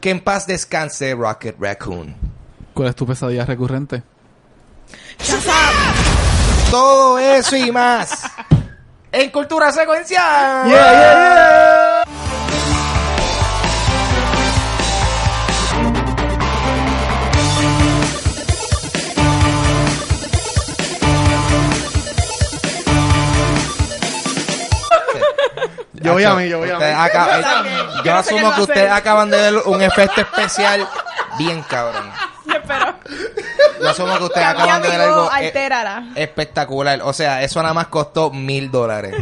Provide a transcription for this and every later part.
Que en paz descanse Rocket Raccoon. ¿Cuál es tu pesadilla recurrente? Todo eso y más en Cultura Secuencial. Yo voy a mí, yo voy a mí. Ustedes acá- Yo también. eh, Yo yo no sé qué asumo va que a ustedes hacer. acaban de ver un efecto especial bien cabrón. Pero Yo asumo que ustedes mi acaban de ver amigo algo eh, altérala. espectacular. O sea, eso nada más costó mil dólares.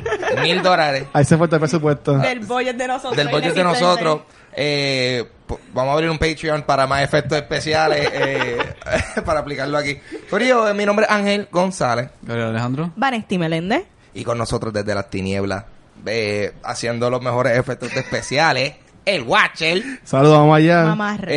Mil dólares Ahí se falta el presupuesto. Del bollet de nosotros. del budget de nosotros. Eh, po- vamos a abrir un Patreon para más efectos especiales eh, para aplicarlo aquí. Corillo, eh, mi nombre es Ángel González Gabriel Alejandro. Vanesti Meléndez. y con nosotros desde las tinieblas, eh, haciendo los mejores efectos especiales, el Watcher. Saludos, vamos Ah. allá. Mamarre.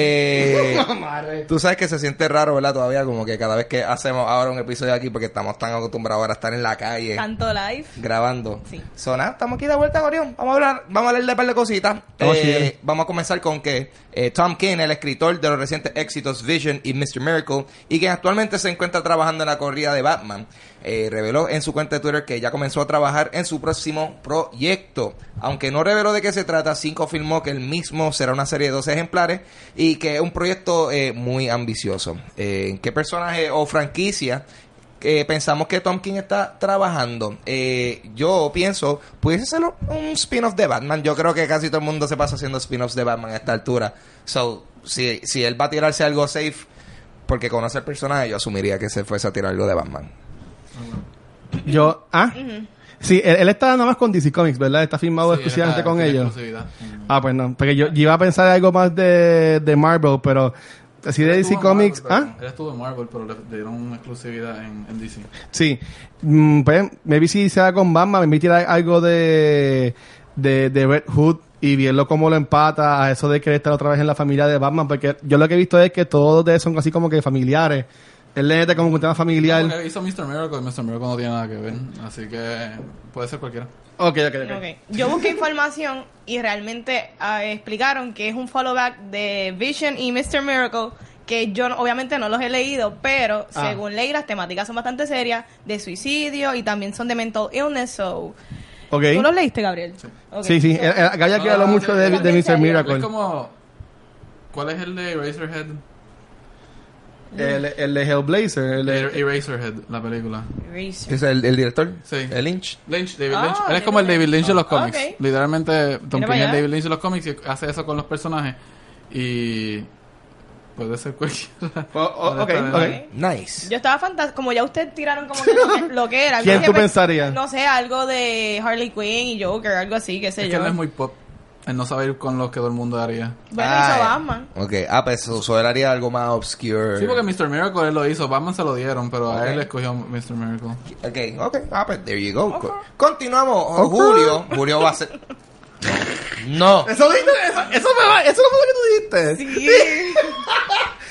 Eh, tú sabes que se siente raro, ¿verdad? Todavía como que cada vez que hacemos ahora un episodio aquí, porque estamos tan acostumbrados ahora a estar en la calle Tanto live. grabando. Sí. Sonar, estamos aquí de vuelta, Gorión. Vamos a hablar, vamos a leer de par de cositas. Estamos Eh, chill. vamos a comenzar con que eh, Tom King, el escritor de los recientes éxitos Vision y Mr. Miracle, y que actualmente se encuentra trabajando en la corrida de Batman, eh, reveló en su cuenta de Twitter que ya comenzó a trabajar en su próximo proyecto. Aunque no reveló de qué se trata, sí confirmó que el mismo será una serie de 12 ejemplares y que es un proyecto eh, muy ambicioso. Eh, ¿En qué personaje o franquicia eh, pensamos que Tom King está trabajando. Eh, yo pienso, pudiese ser un spin-off de Batman. Yo creo que casi todo el mundo se pasa haciendo spin-offs de Batman a esta altura. So, si, si él va a tirarse algo safe porque conoce el personaje, yo asumiría que se fuese a tirar algo de Batman. Yo, ah. Sí, él, él está nada más con DC Comics, ¿verdad? Está firmado especialmente con ellos. Ah, pues no, porque yo, yo iba a pensar algo más de, de Marvel, pero así de DC Comics, ah, Él estuvo en Marvel, pero le dieron una exclusividad en, en DC. sí. Mm, pues, maybe si se da con Batman, me tirar algo de, de, de Red Hood y viendo cómo lo empata a eso de querer estar otra vez en la familia de Batman, porque yo lo que he visto es que todos de esos son así como que familiares. Él le mete como un tema familiar. Ah, Porque hizo Mr. Miracle y Mr. Miracle no tiene nada que ver. Así que puede ser cualquiera. Ok, ok, ok. Ok. Yo busqué información y realmente ah, explicaron que es un follow back de Vision y Mr. Miracle que yo no- obviamente no los he leído, pero Ah. según leí las temáticas son bastante serias de suicidio y también son de mental illness. So. Ok. ¿Tú los leíste, Gabriel? Ok. Sí, sí. el- el- Gabriel que habló Ah, mucho de, de Mr. Miracle. Es como... ¿Cuál es el de Eraserhead? El, el de Hellblazer. El de- Er- Eraserhead, la película. Research. ¿Es el, el director? Sí. ¿El Lynch? Lynch, David Ah, Lynch. Él es David como el David Lynch de los Ah, cómics. ok. Literalmente, Mira Tom King es para allá. David Lynch de los cómics y hace eso con los personajes. Y puede ser cualquiera. Oh, oh, ok, ok. Nice. Yo estaba fantasma, como ya ustedes tiraron como que lo que era. ¿Quién Yo tú dije, pensarías? No sé, algo de Harley Quinn y Joker, algo así, qué sé Es que Este, yo. él es muy pop. Él no sabe ir con los que todo el mundo haría. Bueno, Ah, hizo eh. Batman. Ok. Ah, pues so, él haría algo más obscure. Sí, porque Mr. Miracle él lo hizo. Batman se lo dieron, pero Ok. a él le escogió Mr. Miracle. Ok, ok. Ah, pues there you go. Co- Continuamos. Oh, Julio. Julio va a ser... No. Eso, dijiste, eso, eso me va, eso no fue lo que tú dijiste.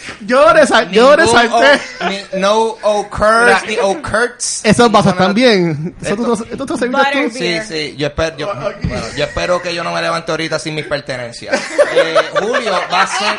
Sí. Yo, resa- Ningún yo resalté. o- ni- no O'Kurtz ni O'Kurtz. Esos vasos Ninguna- también. Eso Esto- tú, tú- esto te servías tú. Butter. Sí, sí, yo espero, yo, Oh, bueno, yo espero que yo no me levante ahorita sin mis pertenencias. Eh, Julio va a ser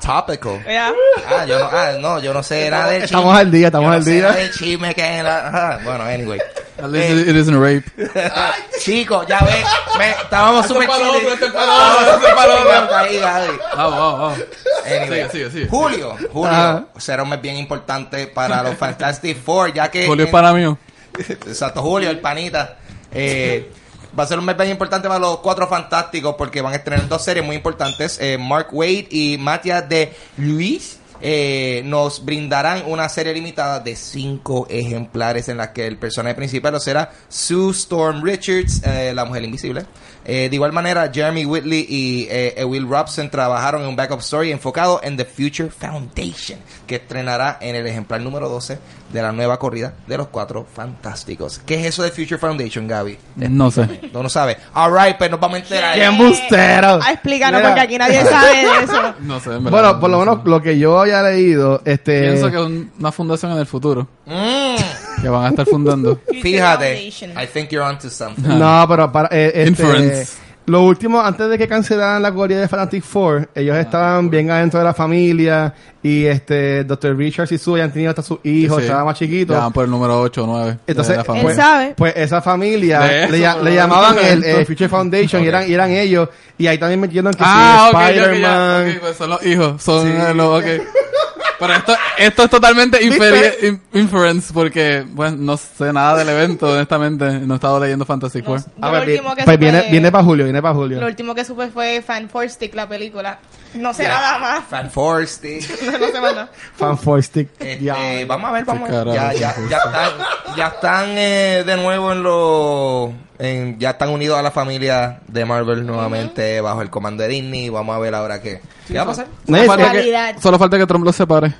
topical. Vea. Ah, yo no, ah, no, yo no sé nada de chisme. Estamos al día, estamos Yo no al sé día. nada de chisme que hay en la- ajá, Bueno, anyway. At least it isn't rape. Chicos, ya ves, me- estábamos súper para chill. otro, esto es para otro, esto es para otro. Ahí, ahí. Vamos, vamos, vamos. Anyway. Oh, Sigue, sigue, sigue. Julio, Julio Ajá. será un mes bien importante para los Fantastic Four, ya que Julio es para mío. Exacto, Julio, el panita. Eh, va a ser un mes bien importante para los cuatro fantásticos porque van a estrenar dos series muy importantes. Eh, Mark Wade y Matías de Luis eh, nos brindarán una serie limitada de cinco ejemplares en las que el personaje principal lo será Sue Storm Richards, eh, la mujer invisible. Eh, de igual manera, Jeremy Whitley y eh, Will Robson trabajaron en un backup story enfocado en The Future Foundation, que estrenará en el ejemplar número 12 de la nueva corrida de los cuatro fantásticos. ¿Qué es eso de Future Foundation, Gaby? No sé. No lo sabe. Alright, pero nos vamos a enterar. ¡Qué embustero! Ah, explícanos Mira. porque aquí nadie sabe de eso. No sé, en verdad. Bueno, por lo No sé. menos lo que yo había leído, este... Pienso que es un- una fundación en el futuro Mm, que van a estar fundando. Future fíjate. Foundation. I think you're onto something. No, pero para... eh, este, Inference. Lo último, antes de que cancelaran la corrida de Fantastic Four, ellos Ah. estaban bien adentro de la familia y este Dr. Richards y Sue han tenido hasta sus hijos, Sí. estaban más chiquitos. Ya van por el número 8 o 9. Entonces, la pues, Él sabe. pues esa familia De eso, le, ya- le ¿verdad? llamaban el Entonces- eh, Future Foundation y, eran, y eran ellos. Y ahí también metieron que ah, sí, ok, ya, ok, ya. Spider-Man. Ok, pues son los hijos. Son Sí. eh, los, ok. Pero esto, esto es totalmente inferi- ¿Viste? in- inference porque, bueno, no sé nada del evento, honestamente. No he estado leyendo Fantasy No, Four. yo Ah, lo pues, último que pues supe- viene, viene para julio, viene para julio. Lo último que supe fue Fan Stick, la película. No sé nada más. Fan Force, no sé más nada. Fan Four Stick. Ya. Este, vamos a ver, vamos Qué a ver. Ya, carajo, ya, ya están, ya están eh, de nuevo en los. en- ya están unidos a la familia de Marvel nuevamente bajo el comando de Disney. Vamos a ver ahora qué. ¿Qué va a pasar? No, es- falta Casualidad. que, solo falta que Trump los separe.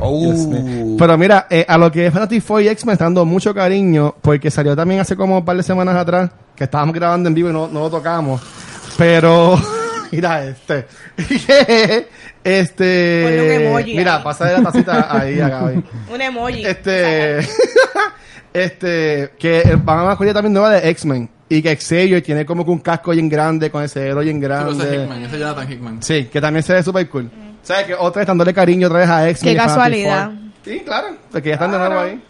Oh, Pero mira, eh, a lo que es Fantastic Four y X-Men están dando mucho cariño, porque salió también hace como un par de semanas atrás, que estábamos grabando en vivo y no, no lo tocamos. Pero, mira este. Ponle un este. emoji mira, ahí. pasa de la tacita ahí a Gaby. Un emoji. Este. este. Que van a una corrida también nueva de X-Men. Y que Xavier tiene como que un casco bien grande, con ese héroe bien Pero ese es grande. Hickman, ese es Jonathan Hickman. Sí, que también se ve super cool. ¿Sabes? Que otra vez dándole cariño otra vez a X-Men. Qué y Fantastic casualidad. Four. Sí, claro. Porque ya están de nuevo ahí.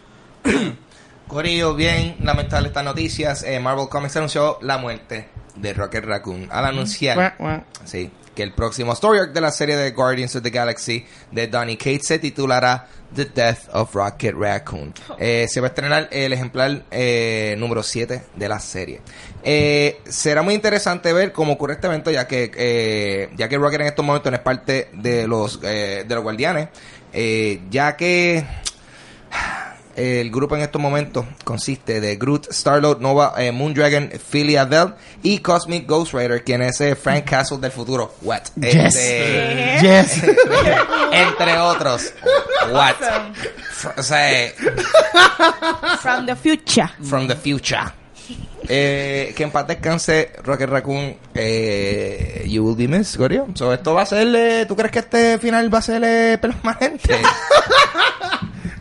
Corillo, bien lamentable estas noticias. Eh, Marvel Comics anunció la muerte de Rocket Raccoon al anunciar sí, que el próximo story arc de la serie de Guardians of the Galaxy de Donny Cates se titulará The Death of Rocket Raccoon. Eh, se va a estrenar el ejemplar eh, número 7 de la serie. Eh, será muy interesante ver cómo ocurre este evento, ya que, eh, ya que Rocket en estos momentos no es parte de los, eh, de los Guardianes, eh, ya que el grupo en estos momentos consiste de Groot, Starlord, Nova, eh, Moondragon, Philly Adele y Cosmic Ghost Rider, quien es eh, Frank Castle del futuro. What? Yes. Este, ¿Qué? Yes. entre otros. What? Fr- O sea, eh, From the future. from the future. Eh, que en paz descanse Rocket Raccoon. Eh, you will be missed, Gorio. So, esto va a ser. eh, ¿Tú crees que este final va a ser eh, permanente?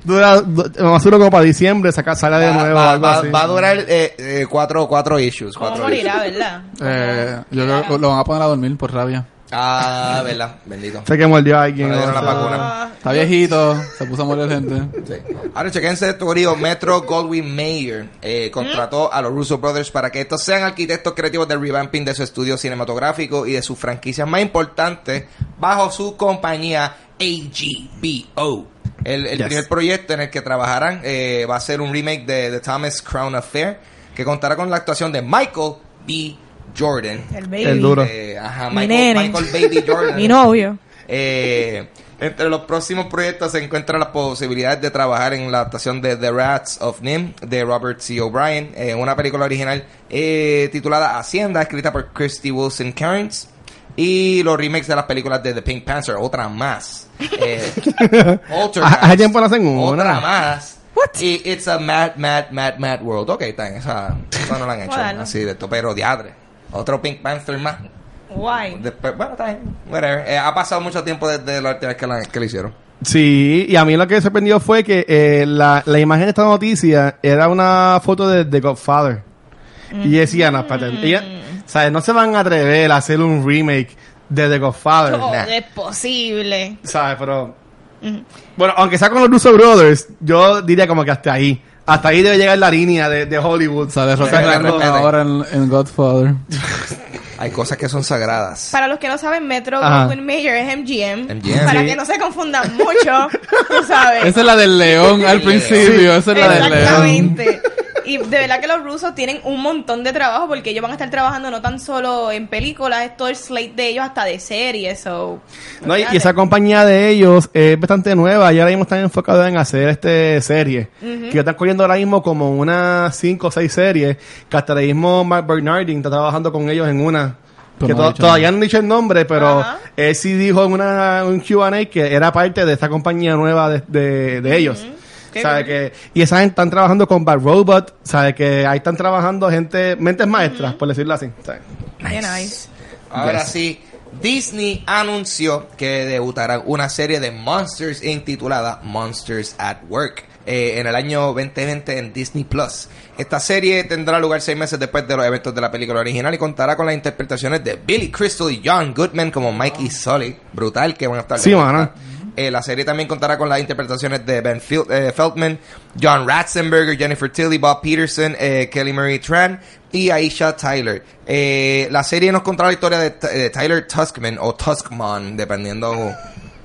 Dura, du- vamos a hacerlo como para diciembre, saca, sale de nuevo. va, algo va- así. va a durar eh, eh, cuatro, cuatro issues. ¿Cómo Cuatro issues. morirá, verdad? Eh, yo creo que lo van a poner a dormir por rabia. Ah, verdad, bendito. Sé que mordió a alguien. No le dieron la o sea. vacuna. Ah, Está viejito, se puso a morir gente. Sí. Ahora chequense esto, Corillo. Metro Goldwyn Mayer eh, contrató a los Russo Brothers para que estos sean arquitectos creativos del revamping de su estudio cinematográfico y de sus franquicias más importantes bajo su compañía AGBO. El, el Yes. primer proyecto en el que trabajarán eh, va a ser un remake de The Thomas Crown Affair que contará con la actuación de Michael B. Jordan. el baby. El duro. Eh, ajá, Mi Michael, nene. Michael Baby Jordan. Mi novio. Eh, entre los próximos proyectos se encuentran las posibilidades de trabajar en la adaptación de The Rats of Nim de Robert C. O'Brien, eh, una película original eh, titulada Hacienda, escrita por Christy Wilson Cairns, y los remakes de las películas de The Pink Panther, otra más. Eh, Alternates, Hace tiempo no hacen una. Otra más. Y It's a Mad, Mad, Mad, Mad World. Ok, está bien, esa, esa no la han hecho. Bueno. Así de esto, pero diadre. Otro Pink Panther más. Guay. Después, bueno, está bien. Whatever. Eh, ha pasado mucho tiempo desde la última vez que, la- que le hicieron. Sí, y a mí lo que me sorprendió fue que eh, la, la imagen de esta noticia era una foto de The Godfather. Y decía, no, espérate, ella- o sea, no se van a atrever a hacer un remake de The Godfather. No nah. es posible. ¿Sabes? Pero. Bueno, aunque sea con los Russo Brothers, yo diría como que hasta ahí. Hasta ahí debe llegar la línea de, de Hollywood. Sale Rocket Sale Raccoon Rocket. ahora en, en Godfather. Hay cosas que son sagradas. Para los que no saben, Metro Ajá. Goldwyn Mayer es MGM. MGM. Para Sí. que no se confundan mucho, tú sabes. Esa es la del león al principio, esa es la del león. Exactamente. Y de verdad que los rusos tienen un montón de trabajo porque ellos van a estar trabajando no tan solo en películas, es todo el slate de ellos hasta de series. So, No, y, y olvídate. esa compañía de ellos es bastante nueva y ahora mismo están enfocados en hacer este serie. Que están cogiendo ahora mismo como unas 5 o 6 series. Que hasta ahora mismo Mark Bernardin está trabajando con ellos en una. Pero que no to- ha dicho todavía no han dicho el nombre, pero Ajá. él sí dijo en una, un QA que era parte de esta compañía nueva de, de- de ellos. Qué ¿Sabe cool. que, y esa gente están trabajando con Bad Robot, ¿sabe que ahí están trabajando gente, mentes maestras, por decirlo así. ¿sabe? qué nice. Ahora sí, Disney anunció que debutará una serie de Monsters Inc. titulada Monsters at Work eh, en el año 2020 en Disney Plus. Esta serie tendrá lugar seis meses después de los eventos de la película original y contará con las interpretaciones de Billy Crystal y John Goodman como Mikey Sully. Brutal que van a estar. Sí, mano. Eh, la serie también contará con las interpretaciones de Ben Fiel- eh, Feldman, John Ratzenberger, Jennifer Tilly, Bob Peterson, eh, Kelly Marie Tran y Aisha Tyler. Eh, la serie nos contará la historia de, T- de Tyler Tuskman o Tuskman, dependiendo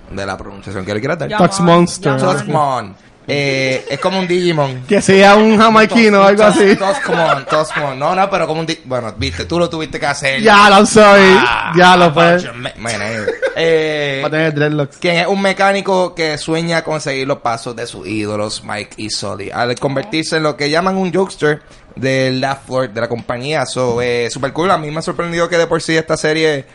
de la pronunciación que le quieras dar. Ya, Tax man, Monster. ya, man. Tuskman. Eh, es como un Digimon. Que sea un jamaiquino o algo así. Tuskmon, Tuskmon. No, no, pero como un... di- Bueno, viste, tú lo tuviste que hacer. Ya lo soy. Ah, Ya lo fue. man, eh. Eh, Va a tener dreadlocks. quien es un mecánico que sueña con seguir los pasos de sus ídolos Mike y Sully al convertirse en lo que llaman un jokester de la flor de la compañía so eh, super cool a mí me ha sorprendido que de por sí esta serie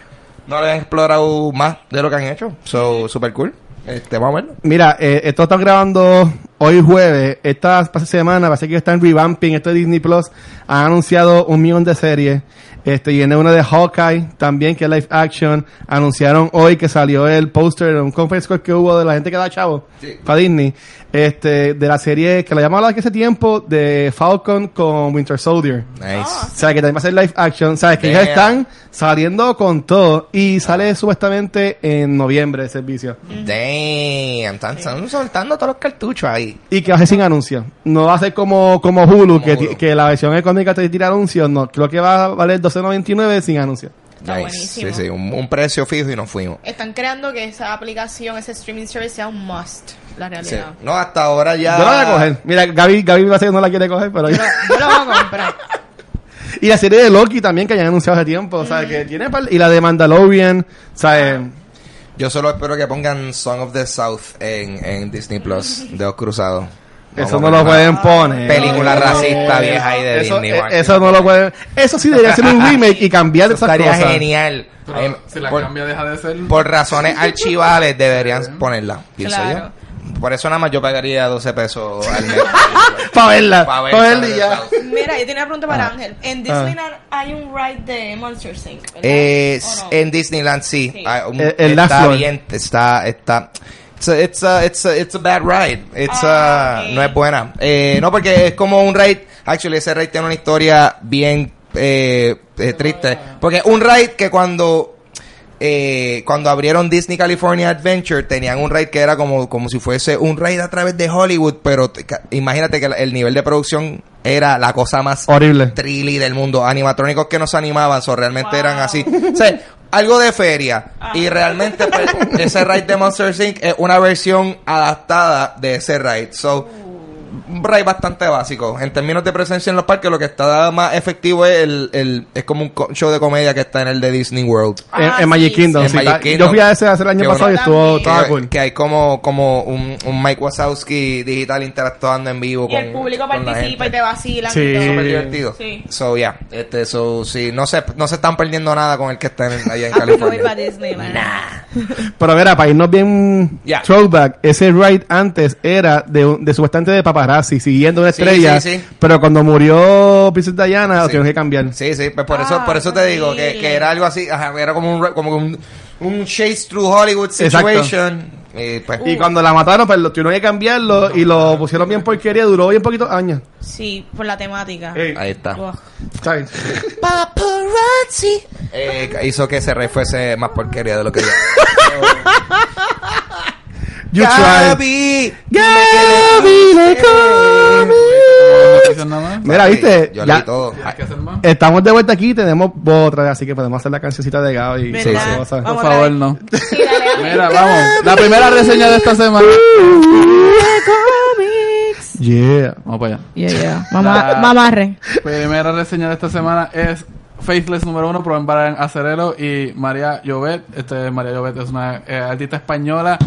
no la han explorado más de lo que han hecho so super cool este vamos a verlo Mira, eh, esto estamos grabando hoy jueves. Esta pas- semana parece que están revamping. Esto de Disney Plus. Han anunciado un millón de series. Este, viene una de Hawkeye también, que es live action. Anunciaron hoy que salió el póster de un conference call que hubo de la gente que da chavo Sí. para Disney. Este, de la serie que la llamaba hace tiempo de Falcon con Winter Soldier. nice Ah. O sea, que también va a ser live action. O sea, que ya Damn. están saliendo con todo. Y sale supuestamente en noviembre el servicio. damn están, están soltando todos los cartuchos ahí Y que va a ser sin anuncios. No va a ser como, como Hulu, que, ti- Hulu. que la versión económica te tira anuncios. No, creo que va a valer 12.99 sin anuncios. Está sí buenísimo. sí un, un precio fijo y nos fuimos Están creando que esa aplicación, ese streaming service sea un must, la Sí. realidad. no hasta ahora ya Yo la voy a coger. Mira, Gaby, Gaby me va a decir que no la quiere coger, pero... Yo, yo la voy a comprar. y la serie de Loki también, que ya han anunciado hace tiempo. O sea, que tiene... par- Y la de Mandalorian, o sea... eh, Yo solo espero que pongan Song of the South en, en Disney Plus de Los Cruzados. Eso Vamos a no lo ver. pueden poner. Película No, racista vieja ahí de eso, Disney, eh, guacho. Eso no lo pueden. Eso sí debería ser un remake y cambiar Eso esas estaría cosas. genial. Pero Em, si la por, cambia, deja de ser. por razones archivales deberían ponerla, pienso Claro. yo. Por eso nada más yo pagaría 12 pesos al mes. Para verla. pa' Para ver Song of verla y the ya. South. Mira, yo tenía una pregunta para Ángel. En Ah. Disneyland hay un ride de Monster Inc. ¿verdad? Eh, ¿O no? En Disneyland sí. Sí. Ah, un- Eh, El- el Last está Floor. bien, está, está. It's a, it's a- it's a- it's a bad ride. It's Ah, a- ok. No es buena. Eh, no, porque es como un ride. Actually, ese ride tiene una historia bien eh, eh, triste. Porque un ride que cuando. eh, cuando abrieron Disney California Adventure tenían un ride que era como, como si fuese un ride a través de Hollywood, pero te- ca- imagínate que el- el nivel de producción era la cosa más Horrible. trilly del mundo, animatrónicos que nos animaban, so, realmente Wow. Ah. eran así. O sea, algo de feria. Y realmente pues, ese ride de Monster Inc. es una versión adaptada de ese ride. So, un ride bastante básico. En términos de presencia en los parques, lo que está más efectivo es el, el- es como un co- show de comedia que está en el de Disney World. En, en Ah, Magic sí, Kingdom. En sí, Magic ta- Kingdom. Yo fui a ese hace el año Qué pasado y bueno. estuvo También. toda Ah, cool. Que hay como, como un, un Mike Wazowski digital interactuando en vivo Y con el público con la participa gente. Ah, y te vacilan. Sí. y todo. Súper súper divertido. Sí. So, yeah. Este, so, sí, no se, no se están perdiendo nada con el que está en, allá en Ah, pues yo voy para California. Disneyland. Pero verá, para irnos bien Ya. throwback, ese ride antes era de, un- de supuestamente de paparazzi, siguiendo una Sí, estrella. sí, sí. Pero cuando murió Princesa Diana, Ah, lo Sí. tuvieron que cambiar. Sí, sí, pues por Ah, eso, por eso te qué digo que, horrible. que era algo así, ajá, era como un, como un, un chase through Hollywood Exacto. situation. Y pues, Y Uh. cuando la mataron, pues lo tuvieron que cambiarlo y lo pusieron bien porquería. Duró bien poquitos años. Sí, por la temática. Ey, ahí está. Wow. ¿sabes? Paparazzi. Eh, hizo que ese rey fuese más porquería de lo que yo. You tried. Gaby, Gaby, le No come. noticias nada más. Mira, ¿viste? Yo Ya- leí todo. Tienes que hacer más. Estamos de vuelta aquí, tenemos otra, así que podemos hacer la cancioncita de Gaby. ¿Verdad? sí. Cosa. Vamos Por otra favor, vez. no. Sí, dale, Ángel. Mira, vamos. La primera reseña de esta semana. Comics. Yeah. Vamos para allá. Yeah, yeah. Mamá- mamarre. Primera reseña de esta semana es Faithless número uno, Proven Barán Acerero y María Llobet. Este, María Llobet es una eh, artista española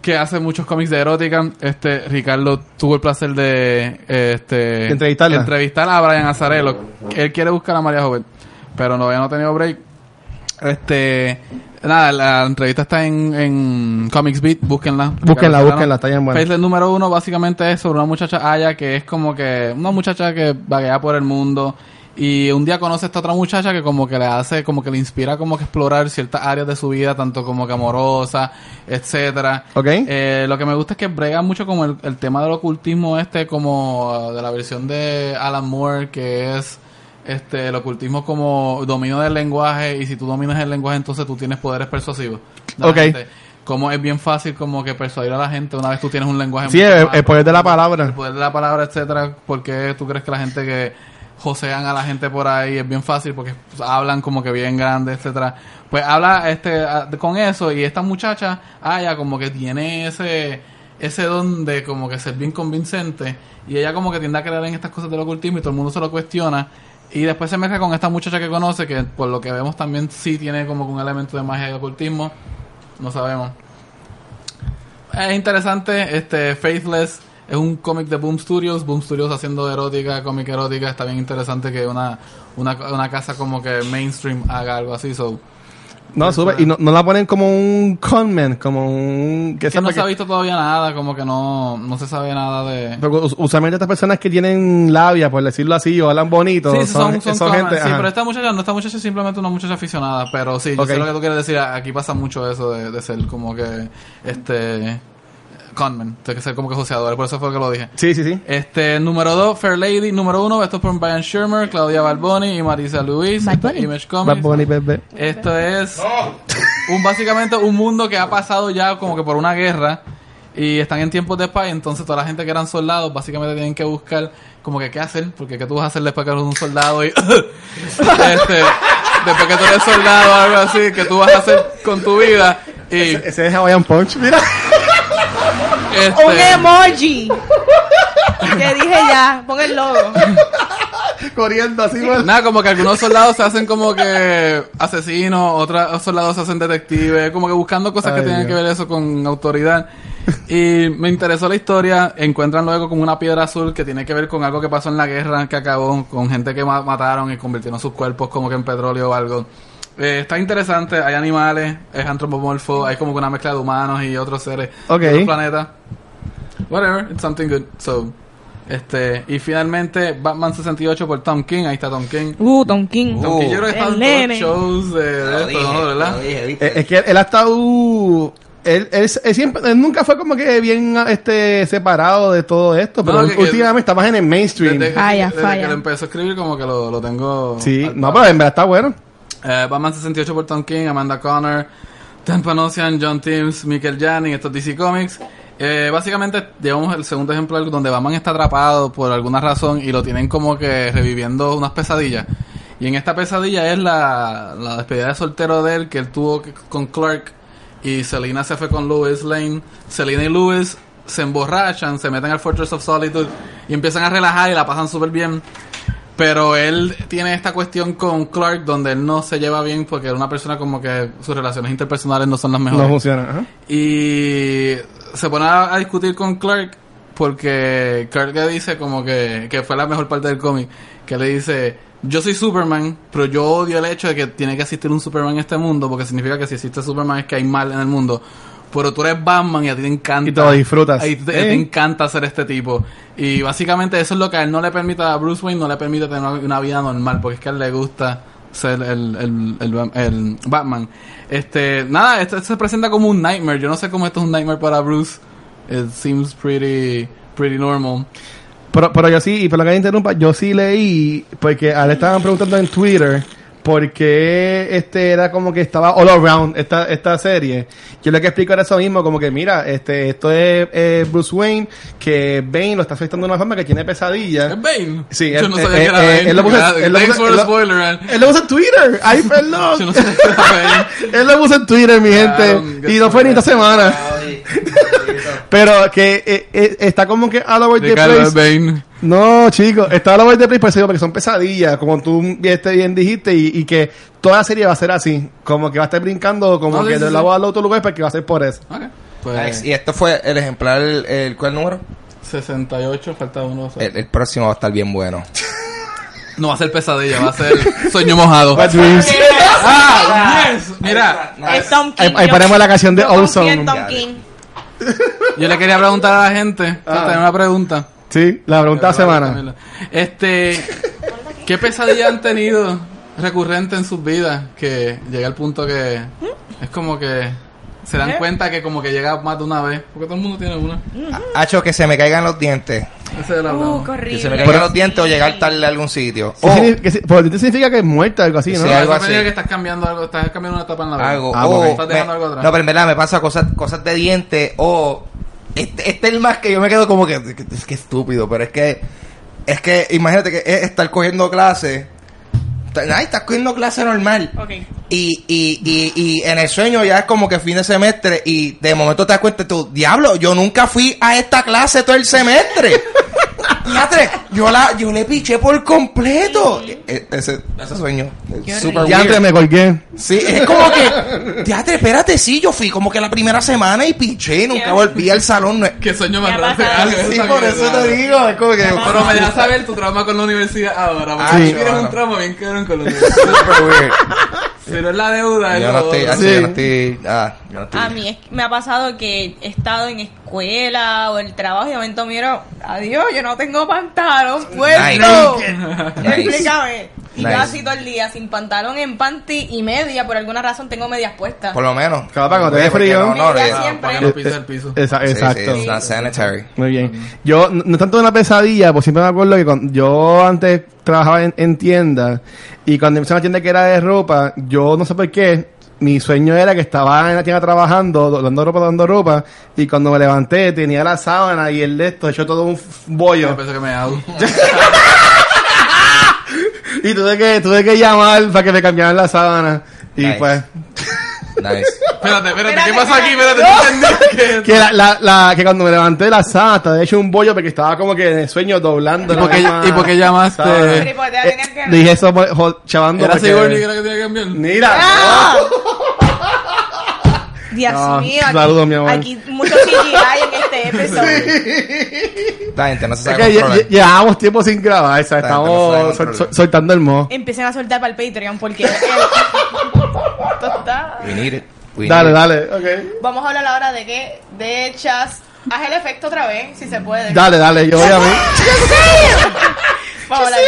que hace muchos cómics de erótica. Este, Ricardo tuvo el placer de eh, este, Entrevistarla. entrevistar a Brian Azarelo. Él quiere buscar a María Llobet, pero no, ya no ha tenido break. Este, nada, la entrevista está en, en Comics Beat, búsquenla. Búsquenla, Ricardo búsquenla, Serrano. está bien buena. Faithless número uno básicamente es sobre una muchacha Aya que es como que una muchacha que vaguea por el mundo Y un día conoce a esta otra muchacha que como que le hace, como que le inspira como que explorar ciertas áreas de su vida, tanto como que amorosa, etcétera. Ok. Eh, lo que me gusta es que brega mucho como el, el tema del ocultismo este, como eh, de la versión de Alan Moore, que es este el ocultismo como dominio del lenguaje, y si tú dominas el lenguaje entonces tú tienes poderes persuasivos. de la Ok. gente. Como es bien fácil como que persuadir a la gente una vez tú tienes un lenguaje Sí, eh, mucho el- más el poder de la profundo palabra. el poder de la palabra, etcétera, porque tú crees que la gente que josean a la gente por ahí es bien fácil porque pues, hablan como que bien grande, etcétera. Pues habla este a- con eso y esta muchacha, ah, ya como que tiene ese ese don de como que ser bien convincente y ella como que tiende a creer en estas cosas del ocultismo y todo el mundo se lo cuestiona y después se mezcla con esta muchacha que conoce que por lo que vemos también sí tiene como que un elemento de magia y ocultismo, no sabemos. Es interesante, este Faithless es un cómic de Boom Studios, Boom Studios haciendo erótica, cómic erótica, está bien interesante que una, una, una casa como que mainstream haga algo así, so No, sube. Y no, no la ponen como un conman, como un... que que sepa no se que- ha visto todavía nada, como que no, no se sabe nada de Porque us- usualmente estas personas que tienen labia, por decirlo así, o hablan bonito, Sí, sí, son, son, son son common, gente... sí, ajá. pero esta muchacha no, esta muchacha es simplemente una muchacha aficionada, pero sí, yo sé Ok. lo que tú quieres decir, aquí pasa mucho eso de, de ser como que, este, conman, de ser como que joseador, por eso fue que lo dije. Sí, sí, sí. Este, número 2, Fair Lady. Número 1, esto es por Brian Shermer, Claudia Balboni y Marisa Luis. Bad Esto es Bunny. Image Bad Comics. Bunny, bebé. Esto es un básicamente un mundo que ha pasado ya como que por una guerra y están en tiempos de paz, entonces toda la gente que eran soldados básicamente tienen que buscar como que qué hacer, porque qué tú vas a hacer después que eres un soldado y este, después que tú eres soldado o algo así, qué tú vas a hacer con tu vida y Ese es Hawaiian Punch, mira. Un este, emoji. que dije ya, pon el logo. Corriendo así, güey. Nada, como que algunos soldados se hacen como que asesinos, otros soldados se hacen detectives, como que buscando cosas que Ay, tengan Dios. que ver eso con autoridad. Y me interesó la historia, encuentran luego como una piedra azul que tiene que ver con algo que pasó en la guerra que acabó, con gente que ma- mataron y convirtieron sus cuerpos como que en petróleo o algo. Eh, está interesante, hay animales, es antropomorfo, hay como que una mezcla de humanos y otros seres Ok. de otros planetas. Whatever, it's something good. So, este, y finalmente Batman 68 por Tom King, ahí está Tom King. Uh, Tonkin. Uh, Tom King, yo creo el que está en todos los nene. shows de, Te de lo esto, dije, ¿no? te ¿verdad? lo dije, Eh, ¿viste? Es que él ha estado... Él, él, él siempre, él nunca fue como que bien este, separado de todo esto, pero No, que- que- últimamente está más en el mainstream. Desde, que- Falla, desde que falla. lo empezó a escribir como que lo, lo tengo... sí, al no, par. pero en verdad está bueno. Eh, Batman 68 por Tom King, Amanda Connor, Dan Panosian, John Timms, Michael Janin, estos DC Comics. Eh, básicamente llevamos el segundo ejemplo donde Batman está atrapado por alguna razón y lo tienen como que reviviendo unas pesadillas. Y en esta pesadilla es la, la despedida de soltero de él que él tuvo que- con Clark y Selina se fue con Lewis Lane. Selina y Lewis se emborrachan, se meten al Fortress of Solitude y empiezan a relajar y la pasan súper bien. Pero él tiene esta cuestión con Clark donde él no se lleva bien porque era una persona como que sus relaciones interpersonales no son las mejores. No funciona. ajá. Y se pone a, a discutir con Clark porque Clark le dice como que, que fue la mejor parte del cómic, que le dice, yo soy Superman, pero yo odio el hecho de que tiene que existir un Superman en este mundo porque significa que si existe Superman es que hay mal en el mundo. Pero tú eres Batman y a ti te encanta. Y te lo disfrutas. Ay, te, ¿Eh? te encanta ser este tipo. Y básicamente eso es lo que a él no le permite a Bruce Wayne, no le permite tener una, una vida normal, porque es que a él le gusta ser el, el, el, Ba- el Batman. Este, nada, esto, esto se presenta como un nightmare. Yo no sé cómo esto es un nightmare para Bruce. It seems pretty, pretty normal. Pero, pero yo sí, y por lo que me interrumpa, yo sí leí, porque a él estaban preguntando en Twitter por qué este era como que estaba all around esta, esta serie. Yo lo que explico era eso mismo, como que mira, este esto es eh, Bruce Wayne, que Bane lo está afectando de una forma que tiene pesadilla. ¿Es Bane? Eh, Sí, yo él- no sabía él- que era él- Bane. él lo puso- Gracias. él lo Thanks puso- for the él lo- spoiler, man. Él lo usa en Twitter, ay Yo perdón. no sabía que era Bane. Él lo puso en Twitter, mi Claro, gente, y no fue ni esta semana. Ay, Pero que eh, eh, está como que all over the Ricardo place. es Bane. No, chicos, está la voz de Play por eso digo, pues, porque son pesadillas, como tú este, bien dijiste, y, y que toda la serie va a ser así, como que va a estar brincando, como No, sí, que sí, de sí. la voz al otro lugar, porque va a ser por eso. Ok. Alex, Pues, y esto fue el ejemplar, el, el- ¿cuál número? 68, falta uno. Eh, o sea. El, el próximo va a estar bien bueno. No va a ser pesadilla, va a ser sueño mojado. What dreams. ¡Ah! ¡Yes! Mira, Es Tom King. Ahí- ahí Yo- ponemos la canción de yo Awesome. confío en Tom King. yo le quería preguntar a la gente. Ah. Tengo una pregunta. Sí, la pregunta de la semana. Este. ¿Qué pesadilla han tenido recurrente en sus vidas que llega al punto que es como que se dan ¿Eh? cuenta que como que llega más de una vez? Porque todo el mundo tiene una. Hacho, que se me caigan los dientes. Ese es el Uh, qué hablado. Que se me horrible. caigan los dientes o llegar tarde a algún sitio. ¿Qué O significa- qué si- por el diente significa que es muerta o algo así, ¿no? Sí, algo Algo así. que estás cambiando algo, estás cambiando una etapa en la vida. algo. Ah, o ok. Estás dejando algo atrás. No, pero en verdad me pasa cosas, cosas de dientes. O este, este es el más que yo me quedo como que, que- es que estúpido, pero es que es que imagínate que es estar cogiendo clase. Ay, estás cogiendo clase normal. Ok. Y, y, y, y en el sueño ya es como que fin de semestre y de momento te das cuenta tú, diablo, yo nunca fui a esta clase todo el semestre. Madre, yo la yo le piché por completo. E- Ese, ese sueño. es Super Ya antes weird. me colgué. Sí, es como que, teatro, espérate, sí, yo fui como que la primera semana y piché, nunca Ya. volví al salón. no es- Que sueño más Me ha raro. pasado. Algo de Sí, esa por eso mierda. te digo, es como que... Pero me dejas saber tu trauma con la universidad ahora. Ah, Porque sí. tienes un trauma bien cabrón con la universidad. Super weird. Si no es la deuda, es Yo no lo estoy, otro. así, yo no estoy, ah, yo no A estoy. mí es- me ha pasado que he estado en escuela o en el trabajo y de momento miro, adiós, yo no tengo pantalón puesto. Nice. Explícame. Y yo Nice. así todo el día, sin pantalón, en panty y media, por alguna razón tengo medias puestas. Por lo menos. Claro, para cuando te dé Porque frío. No, no, Mira, no, siempre. Ah, Para que no pise el piso. Esa- Sí, exacto. Sí, it's not sanitary. Muy bien. Yo, no, no tanto una pesadilla, pues siempre me acuerdo que cuando, yo antes trabajaba en, en tienda y cuando empecé una tienda que era de ropa, yo no sé por qué, mi sueño era que estaba en la tienda trabajando, do- dando ropa, dando ropa, y cuando me levanté tenía la sábana y el de esto hecho todo un f- Yo bollo. pienso que me hago. Y tuve que, tuve que llamar para que me cambiaran la sábana. Y Nice. pues, Nice. Espérate, espérate, ¿qué Espérate, pasó aquí? Espérate, espérate. ¿tú entendí que- que, la, la, la- que cuando me levanté la sábana estaba hecho un bollo porque estaba como que en el sueño doblando. ¿Y la por qué- misma y por qué llamaste? sábana. Sí, pues, ya Eh, tenían que- Le dije eso por- jo- chavando ¿Era porque- Sigourney que era que tenía que cambiar? Mira. Ah. ¡Ah! Dios No, mío, aquí, saludos, mi amor. aquí mucho CGI en este episodio. Esta gente no se sabe Es que lle- controlar. lle- llevábamos tiempo sin grabar, o Está sea, bien, pero no estamos se sol- da sol- control. soltando el mo. Empiecen a soltar para el Patreon porque eh, Esto está- We need it. We need Dale, it. dale, ok. Vamos a hablar ahora de que, de chas. Haz el efecto otra vez, si se puede. Dale, dale, yo voy a mí. Vamos a hablar.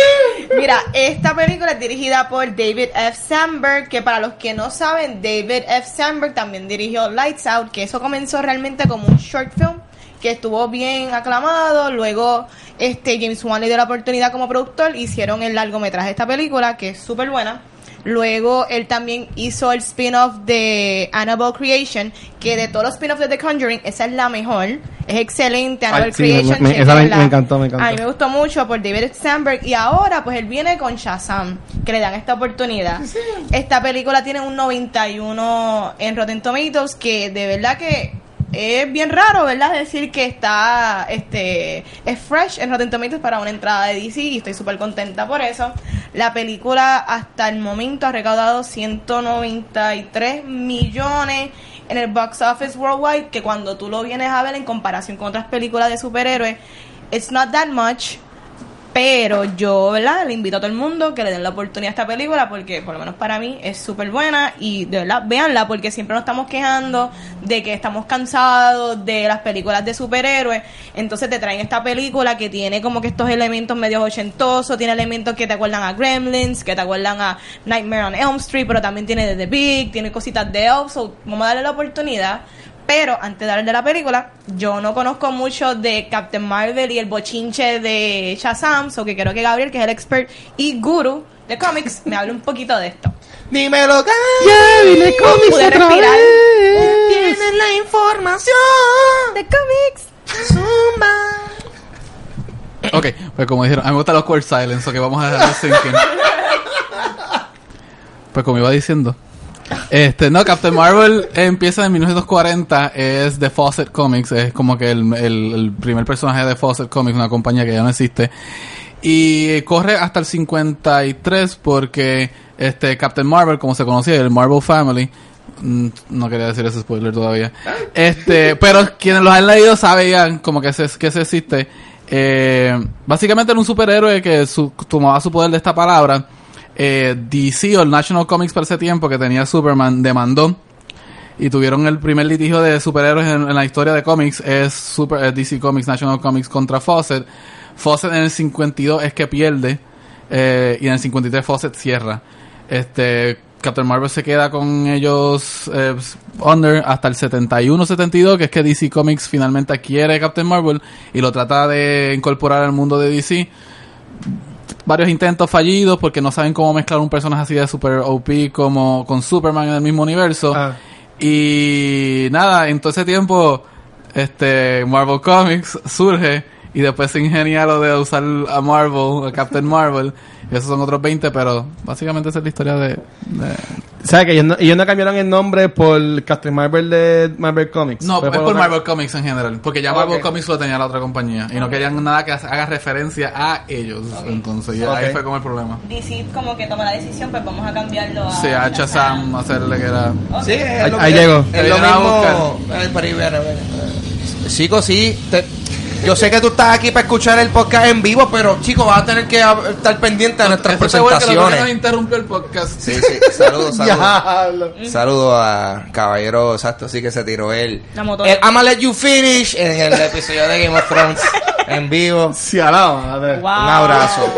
Mira, esta película es dirigida por David F. Sandberg, que para los que no saben, David F. Sandberg también dirigió Lights Out, que eso comenzó realmente como un short film que estuvo bien aclamado, luego este James Wan le dio la oportunidad como productor, hicieron el largometraje de esta película, que es súper buena. Luego él también hizo el spin-off de Annabelle Creation, que de todos los spin-offs de The Conjuring, esa es la mejor. Es excelente, Ay, Annabelle sí, Creation. me- me- esa me- chequenla. me encantó, me encantó. A mí me gustó mucho por David Sandberg y ahora pues él viene con Shazam, que le dan esta oportunidad. Esta película tiene un 91 en Rotten Tomatoes que de verdad que es bien raro, ¿verdad? Decir que está este es fresh en Rotten Tomatoes para una entrada de DC y estoy súper contenta por eso. La película hasta el momento ha recaudado 193 millones en el box office worldwide, que cuando tú lo vienes a ver en comparación con otras películas de superhéroes, it's not that much. Pero yo, ¿verdad? Le invito a todo el mundo que le den la oportunidad a esta película porque, por lo menos para mí, es súper buena y, de verdad, véanla porque siempre nos estamos quejando de que estamos cansados de las películas de superhéroes. Entonces te traen esta película que tiene como que estos elementos medio ochentosos, tiene elementos que te acuerdan a Gremlins, que te acuerdan a Nightmare on Elm Street, pero también tiene de The Big, tiene cositas de Elf, so vamos a darle la oportunidad. Pero antes de hablar de la película, yo no conozco mucho de Captain Marvel y el bochinche de Shazam, so que quiero que Gabriel, que es el expert y guru de cómics, me hable un poquito de esto. Dímelo, Gaby. dile cómics Pude otra respirar. vez. Tienes la información. De cómics. Zumba. Ok, pues como dijeron, a mí me gustan los awkward silence, ok, vamos a dejar thinking. Pues como iba diciendo. Este, no, Captain Marvel empieza en 1940, es de Fawcett Comics, es como que el, el- el primer personaje de Fawcett Comics, una compañía que ya no existe. Y corre hasta el 53 porque este Captain Marvel, como se conocía, el Marvel Family, mm, no quería decir ese spoiler todavía. Este, pero quienes los han leído sabían como que se, que se existe. Eh, básicamente era un superhéroe que su- tomaba su poder de esta palabra. Eh, DC o el National Comics para ese tiempo que tenía Superman demandó y tuvieron el primer litigio de superhéroes en, en la historia de cómics es super, eh, DC Comics, National Comics contra Fawcett. Fawcett en el 52 es que pierde eh, y en el 53 Fawcett cierra. Este, Captain Marvel se queda con ellos eh, under hasta el 71-72, que es que DC Comics finalmente adquiere Captain Marvel y lo trata de incorporar al mundo de DC varios intentos fallidos porque no saben cómo mezclar un personaje así de super OP como con Superman en el mismo universo. Ah. Y nada, en todo ese tiempo este Marvel Comics surge y después se ingenia lo de usar a Marvel, a Captain Marvel. Y esos son otros 20, pero básicamente esa es la historia de... de- ¿Sabes que ellos no, ellos no cambiaron el nombre por Captain Marvel de Marvel Comics? No, Fue es por otra- Marvel Comics en general, porque ya Marvel Ok. Comics lo tenía la otra compañía y no querían nada que haga referencia a ellos. Entonces, y ahí Ok. fue como el problema. DC como que toma la decisión, pues vamos a cambiarlo a Sí, a Shazam hacerle que era... Sí, es Ahí- lo, ahí es- llegó. Es Ahí lo la va a mismo. Ay, pero ahí viene, viene. Chico, sí. te- yo sé que tú estás aquí para escuchar el podcast en vivo, pero chico, vas a tener que ah, estar pendiente a nuestras Eso fue bueno que lo que nos presentaciones. interrumpió el podcast. Sí, sí. Saludos, saludos. Diablo. Saludos a Caballero Exacto, sí que se tiró él. La motora. El I'ma Let You Finish en el episodio de Game of Thrones en vivo. Sí, a la madre. Wow. Un abrazo.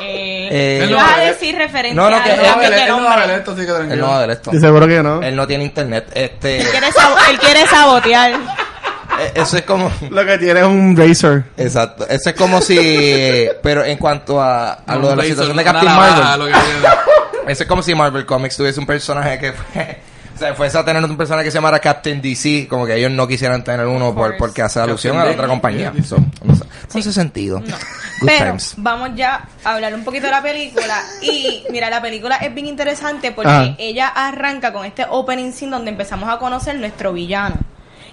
Eh, Eh, ibas a decir referencia. No, no, que a Él él no va a algo ver, que él no va a ver nombre. esto, así que Él no va a tranquilo. ver esto. Y seguro que no. Él no tiene internet. Este, Él quiere sab- Él quiere sabotear. eh, eso es como. Lo que tiene es un Razer. Exacto. Eso es como si. Pero en cuanto a, a lo de la Razor, situación de una Captain navaja, Marvel. lo que viene. Eso es como si Marvel Comics tuviese un personaje que fue... O sea, fuese a tener un personaje que se llamara Captain DC, como que ellos no quisieran tener uno por, course. porque hace alusión a la Captain otra Dick, compañía. yeah, So, no, sé. No hace sentido. Good Pero times. vamos ya a hablar un poquito de la película. Y mira, la película es bien interesante porque Ah. ella arranca con este opening scene donde empezamos a conocer nuestro villano,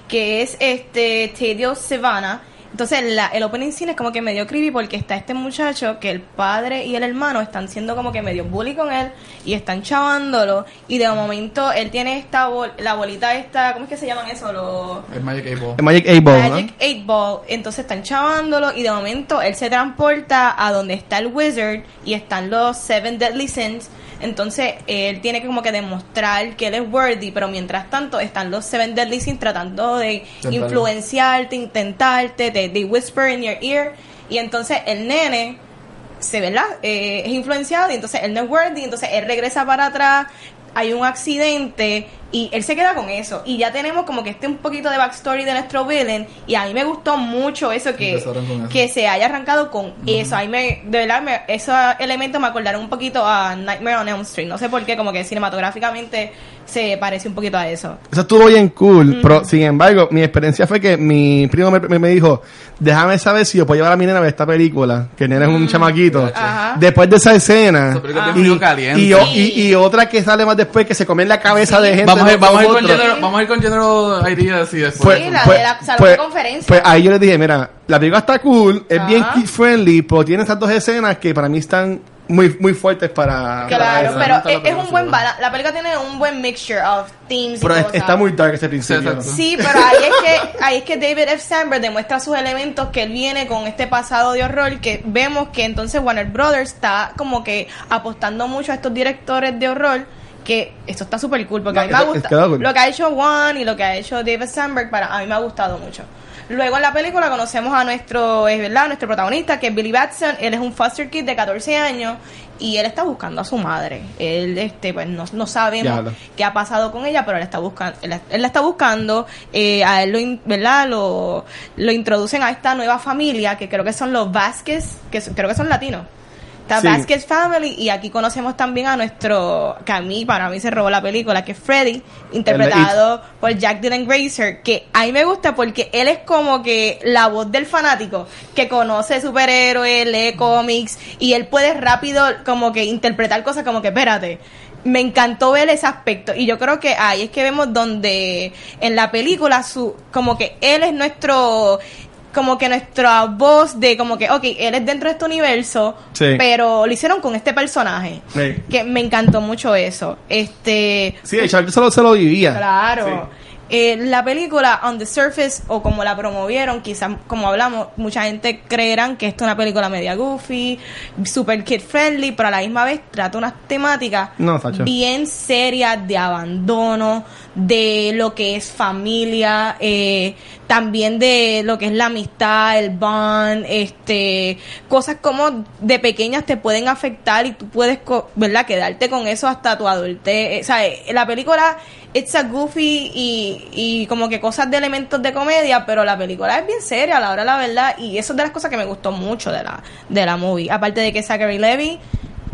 que es este Tedio Savannah. Entonces la- el opening scene es como que medio creepy porque está este muchacho que el padre y el hermano están siendo como que medio bully con él y están chavándolo y de momento él tiene esta bol- la bolita esta, ¿cómo es que se llaman eso? Los Es Magic Eight El Magic 8 Ball, Magic 8 Ball. Entonces están chavándolo y de momento él se transporta a donde está el Wizard y están los Seven Deadly Sins. Entonces él tiene que como que demostrar que él es worthy, pero mientras tanto están los Seven Deadly Sins tratando de Tentarlo. influenciarte, intentarte, de whisper in your ear. Y entonces el nene se ¿verdad? Eh, es influenciado y entonces él no es worthy, entonces él regresa para atrás, hay un accidente y él se queda con eso. Y ya tenemos como que este un poquito de backstory de nuestro villain y a mí me gustó mucho eso que, Empezaron con eso. que se haya arrancado con eso. A mí me, de verdad, me- esos elementos me acordaron un poquito a Nightmare on Elm Street. No sé por qué, como que cinematográficamente se parece un poquito a eso. Eso estuvo bien cool, pero sin embargo, mi experiencia fue que mi primo me, me- me dijo, déjame saber si yo puedo llevar a mi nena a ver esta película, que el nena es un chamaquito. Mm, Ajá. Después de esa escena, Esa película es y, bien frío caliente. y o- y- y otra que sale más después, que se come en la cabeza de gente. Vamos a ir, no vamos a ir con nosotros. general, vamos a ir con general ideas y después. Pues, la pues- de la salón pues- de conferencia. Pues ahí yo les dije, mira, la película está cool, es Ajá. bien kid friendly, pero tiene estas dos escenas que para mí están muy, muy fuertes Ah, para... para Claro, eso. pero Realmente la es, es un película buen balance. La película tiene un buen mixture of themes. y Pero es- cosas. está muy dark ese principio. Exacto. Sí, pero ahí es que ahí es que David F. Sandberg demuestra sus elementos que él viene con este pasado de horror que vemos que entonces Warner Brothers está como que apostando mucho a estos directores de horror que esto está súper cool porque a mí No, me eso- gusta es que da cool. lo que ha hecho Juan y lo que ha hecho David Sandberg para a mí me ha gustado mucho. Luego en la película conocemos a nuestro, es verdad, nuestro protagonista que es Billy Batson, él es un foster kid de 14 años y él está buscando a su madre. Él este pues no, no sabemos Diablo. qué ha pasado con ella, pero él está buscando, él, él la está buscando, eh, a él lo, in- ¿verdad? Lo, lo introducen a esta nueva familia que creo que son los Vázquez, que son- creo que son latinos. Está Sí. Vázquez Family y aquí conocemos también a nuestro, que a mí, para mí se robó la película, que es Freddy, interpretado por Jack Dylan Grazer, que a mí me gusta porque él es como que la voz del fanático, que conoce superhéroes, lee cómics y él puede rápido como que interpretar cosas como que, espérate, me encantó ver ese aspecto y yo creo que ahí es que vemos donde en la película su como que él es nuestro como que nuestra voz de como que ok, él es dentro de este universo Sí. pero lo hicieron con este personaje Sí. que me encantó mucho eso este Sí, el chamaquito solo se lo vivía. Claro. Eh, la película On the Surface o como la promovieron, quizás como hablamos, mucha gente creerán que esto es una película media goofy, super kid friendly, pero a la misma vez trata unas temáticas No, Sacho. bien serias de abandono, de lo que es familia, eh, también de lo que es la amistad, el bond, este, cosas como de pequeñas te pueden afectar y tú puedes, co- ¿verdad?, quedarte con eso hasta tu adultez. O sea, eh, la película, it's a goofy y, y como que cosas de elementos de comedia, pero la película es bien seria a la hora de la verdad y eso es de las cosas que me gustó mucho de la, de la movie. Aparte de que Zachary Levy,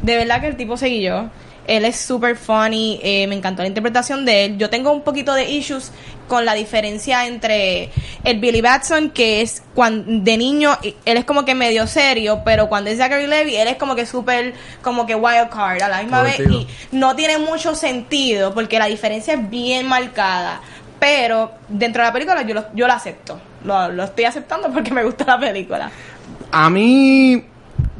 de verdad que el tipo seguí yo. Él es super funny, eh, me encantó la interpretación de él. Yo tengo un poquito de issues con la diferencia entre el Billy Batson, que es cuando, de niño, eh, él es como que medio serio, pero cuando es Zachary Levy, él es como que súper, como que wild card a la misma vez. Divertido. Y no tiene mucho sentido, porque la diferencia es bien marcada. Pero dentro de la película yo lo, yo lo acepto. Lo, lo estoy aceptando porque me gusta la película. A mí.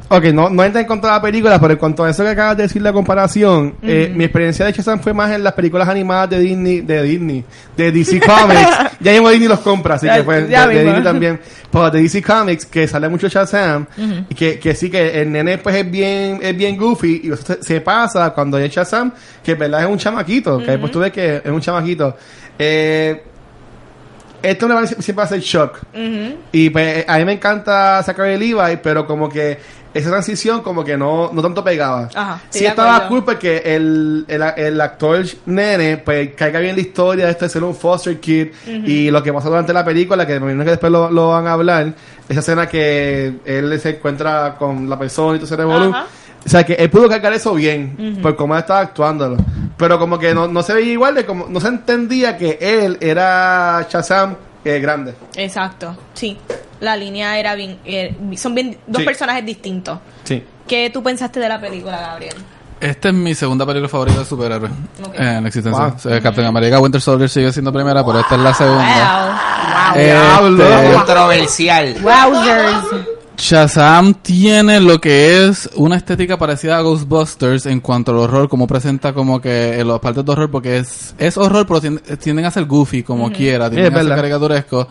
Ok, no, no entra en contra de la película, pero en cuanto a eso que acabas de decir, la comparación, eh, mi experiencia de Shazam fue más en las películas animadas de Disney, de Disney, de DC Comics. ya mismo Disney los compra, así Ya- que fue ya de, de mismo. Disney también. Pero de DC Comics, que sale mucho Shazam, y que, que sí, que el nene pues es bien, es bien goofy, y eso se, se pasa cuando hay Shazam, que en verdad es un chamaquito, que después tú ves que es un chamaquito. Eh, esto le va a- siempre va a ser shock. Ujú. Y pues a mí me encanta sacar el Levi, pero como que esa transición como que no, no tanto pegaba. Ajá, estoy sí de estaba acuerdo. cool porque el, el, el actor nene pues caiga bien la historia de este ser un foster kid y lo que pasa durante la película, que me imagino que después lo, lo van a hablar, esa escena que él se encuentra con la persona y todo ese revolú. Ajá. O sea, que él pudo cargar eso bien, por cómo él estaba actuándolo. Pero como que no, no se veía igual, de como, no se entendía que él era Shazam eh, grande. Exacto, sí. La línea era bien. eh, son bien, dos Sí. personajes distintos. Sí. ¿Qué tú pensaste de la película, Gabriel? Esta Este es mi segunda película favorita de superhéroes Ok. eh, en existencia. Wow. O sea, Captain America Winter Soldier sigue siendo primera, pero esta es la segunda. Wow. Este, Eh, Diablo. Controversial. Wowzers. Shazam tiene lo que es una estética parecida a Ghostbusters en cuanto al horror, como presenta como que en las partes de horror, porque es, es horror, pero tien- tienden a ser goofy como quiera, tienden es a ser verdad. caricaturesco.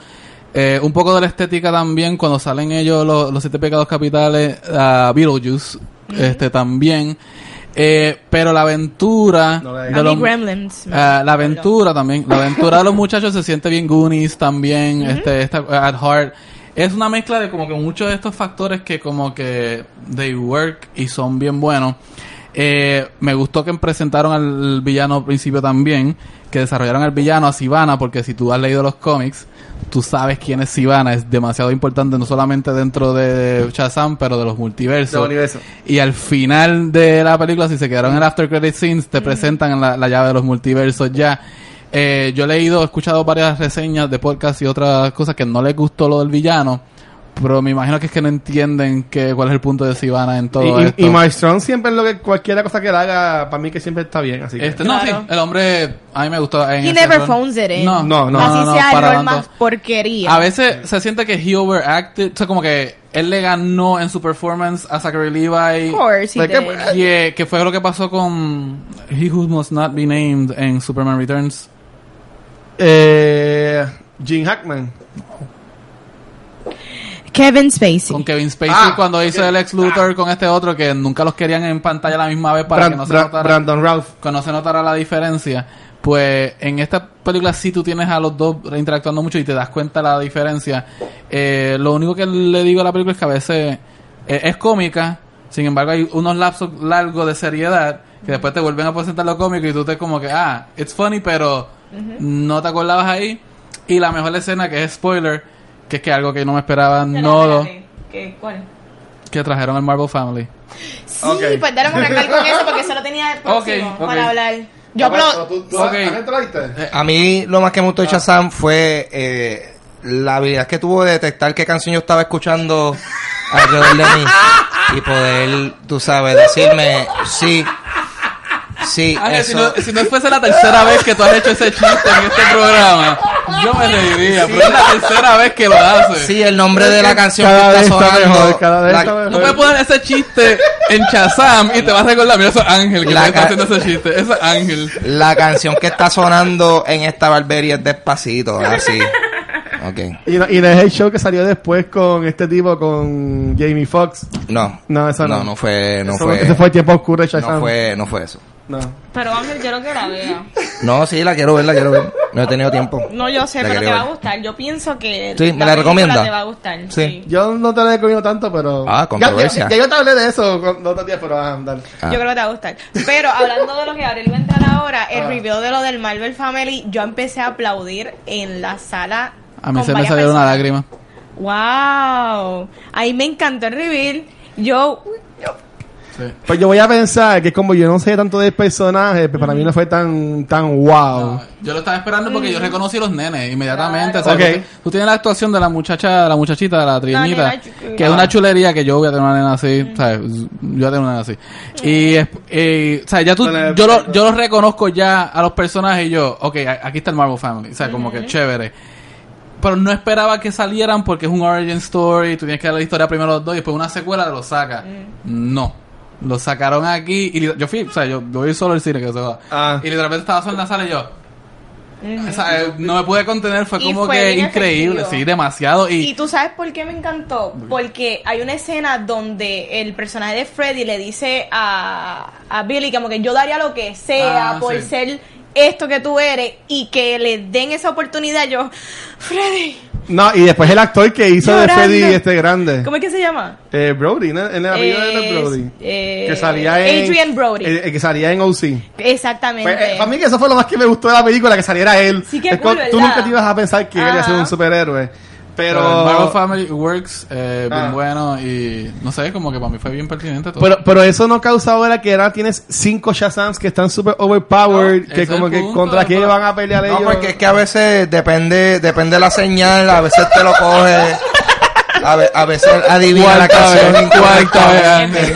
Eh, un poco de la estética también, cuando salen ellos los, los siete pecados capitales a Beetlejuice, este también. Eh, pero la aventura No la de he A mí los- Gremlins. me Ah, la acuerdo. aventura también. La aventura de los muchachos se siente bien Goonies también. este, esta, at Heart. Es una mezcla de como que muchos de estos factores que como que they work y son bien buenos. Eh, me gustó que presentaron al villano al principio también, que desarrollaron al villano a Sivana, porque si tú has leído los cómics, tú sabes quién es Sivana, es demasiado importante, no solamente dentro de Shazam, pero de los multiversos. Del universo. Y al final de la película, si se quedaron en el After Credit Scenes, Mm. te presentan la, la llave de los multiversos ya. Eh, yo he leído, he escuchado varias reseñas de podcast y otras cosas que no les gustó lo del villano, pero me imagino que es que no entienden que, cuál es el punto de Sivana en todo Y, y, esto. y Mark Strong siempre es lo que cualquier cosa que él haga, para mí que siempre está bien. Así que. Este, no, Claro. sí, el hombre a mí me gustó. En He ese never rol. phones it in. No, No, no, no. no. Así no, sea el para rol tanto. más porquería. A veces se siente que he overacted, o sea, como que él le ganó en su performance a Zachary Levi. Of course, he Like, did. eh, Que, que fue lo que pasó con He Who Must Not Be Named en Superman Returns. Eh, Gene Hackman. Kevin Spacey. Con Kevin Spacey Ah, cuando hizo ok. el ex Luthor con este otro que nunca los querían en pantalla la misma vez para Bran- que no se Bran- notara. Brandon Ralph. que no se notara la diferencia. Pues en esta película sí tú tienes a los dos interactuando mucho y te das cuenta la diferencia. Eh, lo único que le digo a la película es que a veces eh, es cómica, sin embargo hay unos lapsos largos de seriedad que después te vuelven a presentar lo cómico y tú te como que, ah, it's funny, pero no te acordabas ahí. Y la mejor escena que es spoiler, que es que algo que no me esperaba, no, Espérate, ¿qué- ¿Cuál? que trajeron el Marvel Family. Sí, Ok. pues dale un arrancar con eso porque solo tenía el próximo ok. para hablar. Yo hablo. Ok. A mí lo más que me Ah. gustó de Shazam fue eh, la habilidad que tuvo de detectar qué canción yo estaba escuchando alrededor de mí y poder, tú sabes, decirme sí, sí, Ángel, Ah, si, eso. no, si no fuese la tercera vez que tú has hecho ese chiste en este programa, yo me reiría, pero es la tercera vez que lo haces. Sí, el nombre de la canción Cada que vez está está sonando. mejor, cada vez la- está mejor. No puedes poner ese chiste en Chazam y te vas a recordar, mira, eso es Ángel que La te está ca- haciendo ese chiste, eso es Ángel. La canción que está sonando en esta barbería es despacito, así. Ok. Y, no- y no es el show que salió después con este tipo, con Jamie Foxx. No. No, eso no. No, no fue, no Eso- fue. Ese fue el tiempo oscuro de Shazam. no fue, no fue eso. No. Pero Ángel, quiero que la vea. No, sí, la quiero ver, la quiero ver. No he tenido tiempo. No, yo sé, La pero te quiero va a ver. gustar. Yo pienso Sí, que. ¿me la película recomienda? Te va a gustar. Sí. Sí. Yo no te lo he comido tanto, pero. Ah, Ya- controversia. Ya, ya yo te hablé de eso cuando- otro día, pero ah, dale. Ah. Yo creo que te va a gustar. Pero hablando de lo que Gabriel va a entrar ahora, Ah. el review de lo del Marvel Family, yo empecé a aplaudir en la sala. A mí con se me varias salió una personas. lágrima. ¡Wow! Ahí me encantó el reveal. Yo. Sí. Pues yo voy a pensar que como yo no sé tanto de personajes, pues para mí no fue tan, tan wow. Yo lo estaba esperando porque yo reconocí los nenes inmediatamente. Claro. ¿sabes? Ok. Tú, tú tienes la actuación de la muchacha, la muchachita, de la La trinita, nena chu- que es una chulería que yo voy a tener una nena así, ¿sabes? Yo voy a tener una nena así. Y, es- y, ¿sabes? Ya tú, Bueno, yo, lo- yo los reconozco ya a los personajes y yo, ok, a- aquí está el Marvel Family, o sea, como que chévere. Pero no esperaba que salieran porque es un origin story, tú tienes que dar la historia primero los dos y después una secuela lo saca. No. Lo sacaron aquí y li- yo fui, o sea, yo, yo voy solo al cine que se va. Ah. Y literalmente estaba solo en la sala y yo, o sea, eh, no me pude contener, fue Y como fue que bien increíble, efectivo. sí, demasiado. Y Y, tú sabes por qué me encantó. Porque hay una escena donde el personaje de Freddy le dice a, a Billy como que yo daría lo que sea Ah, por sí. ser esto que tú eres y que le den esa oportunidad. Yo, Freddy, No, y después el actor que hizo Llorando. de Freddy este grande. ¿cómo es que se llama? Eh, Brody, ¿no? En la vida Eh, de Brody. eh, que salía en. Adrian Brody. El, el que salía en OC. Exactamente. Pues, eh, para mí que eso fue lo más que me gustó de la película, que saliera él. Sí, qué Es como- cool, Tú ¿verdad? nunca te ibas a pensar que él iba a ser Ajá. un superhéroe. Pero... pero el Marvel Family Works, eh, Ah. bien bueno y no sé, como que para mí fue bien pertinente todo. Pero, pero eso no causa ahora que ahora tienes cinco Shazams que están super overpowered, No, ese que es como el que punto, contra quién pero- van a pelear No, ellos. porque es que a veces depende, depende la señal, a veces te lo coge, a, ve- a veces adivina la Cuarta vez, canción. cuarta vez incorrecta. antes.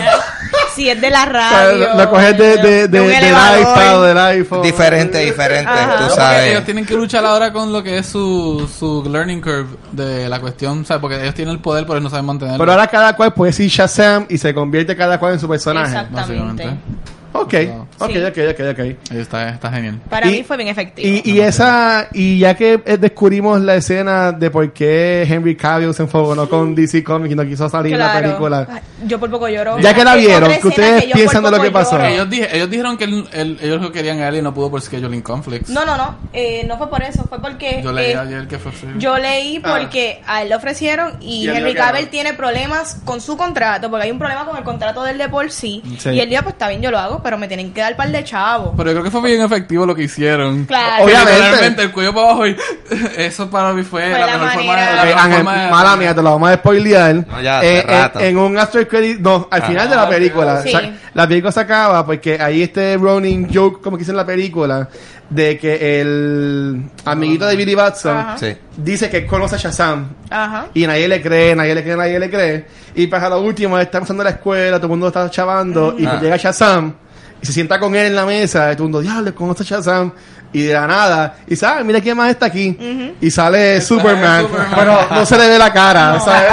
si es de la O sea, radio. lo, lo coges de, de, de, un del elevador. iPad, del iPhone. Diferente, diferente, Ajá. No, tú porque sabes. eh. ellos tienen que luchar ahora con lo que es su, su learning curve de la cuestión, ¿sabes? Porque ellos tienen el poder, pero ellos no saben mantenerlo. Pero ahora cada cual puede decir Shazam y se convierte cada cual en su personaje. Exactamente. básicamente. Ok, Exacto. ok, Sí. ok, ok, ok. Ahí Está, está genial. Para Y- mí fue bien efectivo. Y, y esa y ya que eh, descubrimos la escena de por qué Henry Cavill se enfogonó con DC Comics y no quiso salir en Claro. la película. Ay, Yo por poco lloro. Ya que la Hay vieron, otra que escena ustedes yo piensan por de lo que poco pasó. lloro. Ellos, dije, ellos dijeron que él- él- ellos lo querían a él y no pudo por scheduling conflicts. No, no, no. eh, no fue por eso. Fue porque. Yo leí eh, ayer que fue free. yo leí Ah. porque a él le ofrecieron y, Y él Henry dijo que Cavill no. tiene problemas con su contrato, porque hay un problema con el contrato del de por sí. Sí. Y él dijo, pues está bien, yo lo hago, pero me tienen que dar par de chavos. Pero yo creo que fue bien efectivo lo que hicieron. Claro. Obviamente. Literalmente, el cuello para abajo y eso para mí fue, Fue la, la mejor forma manera. de... la Ok, mejor Ángel, forma de- mala mía, te lo vamos a spoilear. No, ya, hace Eh, en- rato. Ah. En, un after credit, no, al final de la película. Sí. O sea, la película se acaba porque ahí este Ronin joke, como que dice en la película, de que el amiguito de Billy Batson Ajá. Sí. dice que conoce a Shazam. Ajá. Y nadie le cree, nadie le cree, nadie le cree. Y para lo último, está pasando la escuela, todo el mundo está chavando. Y Ah. llega Shazam y se sienta con él en la mesa. Y todo el mundo, diablo, ¿cómo está Shazam? Y de la nada, y sabe, mira quién más está aquí. Y sale Superman, Superman. pero no se le ve la cara, ¿sabes?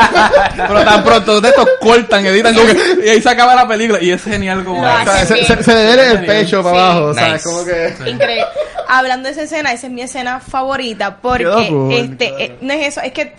Pero tan pronto de estos cortan, editan como que- y ahí se acaba la película y es genial como... Lo O sea, hace se, bien. se- se le ve el pecho para Sí. abajo, ¿sabes? Nice. Como que. Increíble. Hablando de esa escena, esa es mi escena favorita porque Quedó cool, este claro. eh, no es eso, es que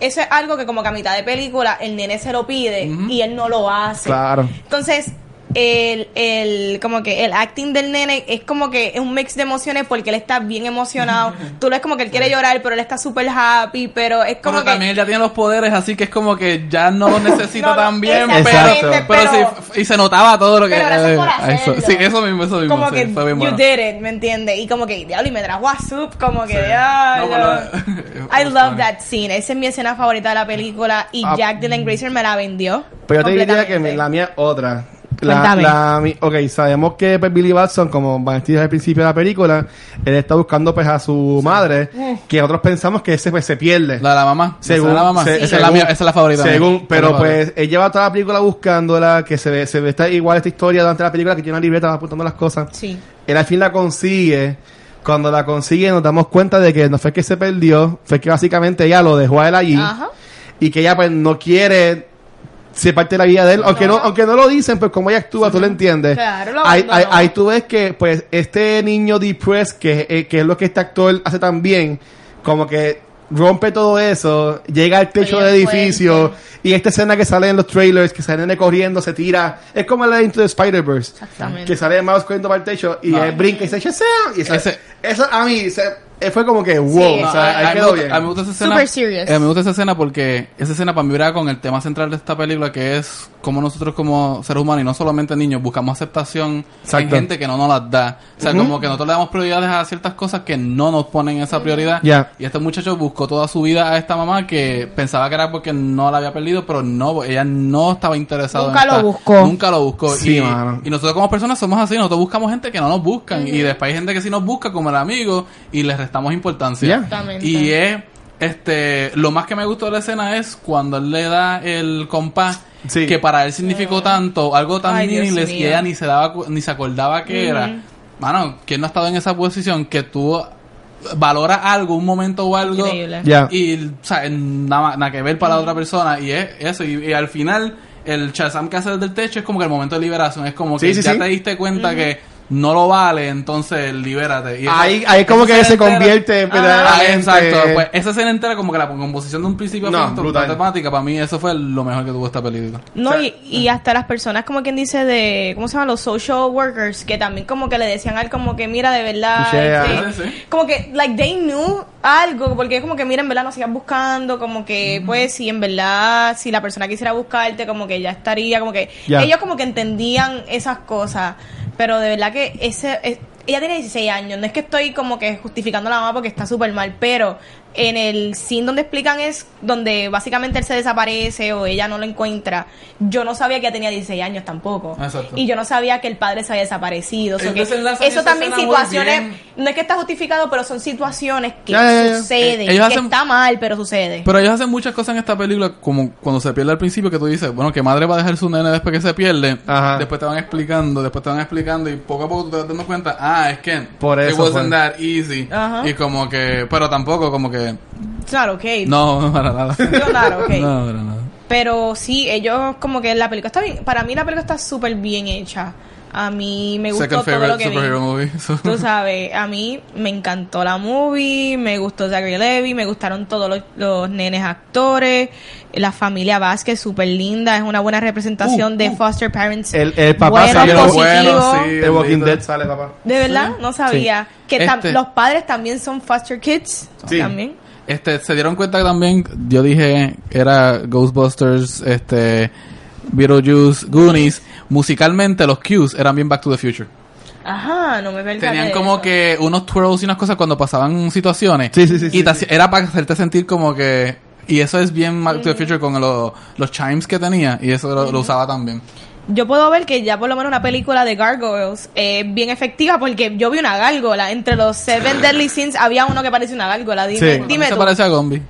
eso es algo que como que a mitad de película el nene se lo pide Ujú. y él no lo hace. Claro. Entonces, el, el, como que el acting del nene es como que es un mix de emociones porque él está bien emocionado. Tú lo ves como que él quiere llorar, pero él está súper happy, pero es como Pero que... también él ya tiene los poderes, así que es como que ya no los necesita No, no, tan bien, exactamente, pero, pero- sí, y se notaba todo lo que... pero gracias por eh, hacerlo. eso, sí, eso mismo, eso mismo, Como sí, que fue bien bueno. you did it, ¿me entiendes? Y como que, diablo, y me trajo a Soup, como que, Sí. diablo. No, bueno, I love funny. that scene. Esa es mi escena favorita de la película y Ah, Jack Dylan Grazer me la vendió. Pero yo te diría que completamente. mi- la mía es otra. La, Cuéntame. la, mi- ok, sabemos que pues, Billy Batson, como van a decir al principio de la película, él está buscando pues a su madre, Eh. que nosotros pensamos que ese pues, se pierde. La de la mamá. Según, esa es la mamá. se- esa, es según- la mía, esa es la favorita. mía. Según, pero Esa es la favorita. pues él lleva toda la película buscándola, que se ve, se ve está igual esta historia durante la película que tiene una libreta apuntando las cosas. Sí. Él al fin la consigue. Cuando la consigue nos damos cuenta de que no fue que se perdió, fue que básicamente ella lo dejó a él allí Ajá. y que ella pues no quiere ser parte de la vida de él, aunque no, aunque no lo dicen, pues como ella actúa, tú lo entiendes. Claro, lo ahí, ahí, abandonó. ahí tú ves que pues este niño depressed, que, eh, que es lo que este actor hace tan bien, como que rompe todo eso, llega al techo Bien del edificio fuerte. y esta escena que sale en los trailers, que sale nene corriendo, se tira, es como la Into the Spider-Verse, Exactamente. que sale Miles corriendo para el techo y No. él brinca y se echa y esa- Ese- eso a mí se- eh, fue como que wow, Sí, o No, sea, a- a- ahí me quedó gusta- bien. a mí me gusta esa escena. Super serious. eh, a mí me gusta esa escena porque esa escena para mí vibra con el tema central de esta película que es cómo nosotros como seres humanos y no solamente niños buscamos aceptación en Exacto. gente que no nos las da. O sea, como que nosotros le damos prioridades a ciertas cosas que no nos ponen esa prioridad. Ya. Y este muchacho buscó toda su vida a esta mamá que pensaba que era porque no la había perdido, pero no, ella no estaba interesada. en Nunca lo esta- buscó. Nunca lo buscó. Sí, y, mano. y nosotros como personas somos así, nosotros buscamos gente que no nos buscan y después hay gente que sí nos busca como el amigo y les restamos importancia. Ya. Exactamente. Y es, este, lo más que me gustó de la escena es cuando él le da el compás, Sí. que para él significó tanto, algo tan Ay, Dios meaningless, y mío. ella ni se daba, cu- ni se acordaba que era. Mano, ¿quién no ha estado en esa posición que tú valoras algo, un momento o algo? Increíble. Ya. Y, o sea, nada, más- nada que ver para la otra persona, y es eso, y, y al final, el Shazam que hace desde el techo es como que el momento de liberación, es como que Sí, sí, ya sí. te diste cuenta que no lo vale, entonces libérate. Y esa- Ahí, ahí como esa que se escena entera- convierte este, en Ah, verdaderamente- exacto. Pues esa escena entera, como que la composición de un principio No, a fin, to- brutal. matemática, para mí eso fue lo mejor que tuvo esta película. No, O sea, y, y hasta las personas, como quien dice, de, ¿cómo se llaman? Los social workers, que también como que le decían a él como que, mira, de verdad, Pichea. este, Sí, sí. como que, like, they knew algo, porque es como que, mira, en verdad nos sigas buscando, como que, pues, si en verdad, si la persona quisiera buscarte, como que ya estaría, como que, Ya. ellos como que entendían esas cosas, pero de verdad que ese... es- ella tiene 16 años, no es que estoy como que justificando a la mamá porque está súper mal, pero en el scene donde explican es donde básicamente él se desaparece o ella no lo encuentra. Yo no sabía que ella tenía 16 años tampoco. Exacto. Y yo no sabía que el padre se había desaparecido. O sea, que Entonces enlazan eso esa también escena muy situaciones, bien. no es que está justificado, pero son situaciones que Ya, ya, ya. suceden, Eh, ellos que hacen- está mal, pero sucede. Pero ellos hacen muchas cosas en esta película, como cuando se pierde al principio, que tú dices, bueno, que madre va a dejar su nene después que se pierde. Ajá. Después te van explicando, después te van explicando, y poco a poco tú te vas dando cuenta, ah, es que Por eso it wasn't fue. that easy. Ajá. Y como que, pero tampoco, como que, It's not okay. no, no para nada. It's not okay. No, para nada. Pero sí, ellos como que la película está bien. Para mí la película está súper bien hecha. A mí me gustó Second todo lo favorite que vi. superhero movie. so. Tú sabes, a mí me encantó la movie, me gustó Zachary Levy, me gustaron todos los, los nenes actores, la familia Vázquez súper linda, es una buena representación Uh, de uh. foster parents. El- el papá buenos, salió positivos. bueno, sí. The Walking Dead sale, papá. De verdad, no sabía que tam- Este- los padres también son foster kids. Sí. También. Este, se dieron cuenta que también, yo dije, era Ghostbusters, este, Beetlejuice, Goonies. Musicalmente, los cues eran bien Back to the Future. Ajá, no me percaté Tenían de como eso. que unos twirls y unas cosas cuando pasaban situaciones. Sí, sí, sí, Y sí, te sí. hacía- era para hacerte sentir como que. Y eso es bien Back to the Future con lo- los chimes que tenía. Y eso lo, lo usaba también. Yo puedo ver que ya por lo menos una película de Gargoyles es bien efectiva porque yo vi una gárgola. Entre los Seven Deadly Sins había uno que parece una gárgola. Dime, Sí. dime Ah. se tú. parece a Gombi.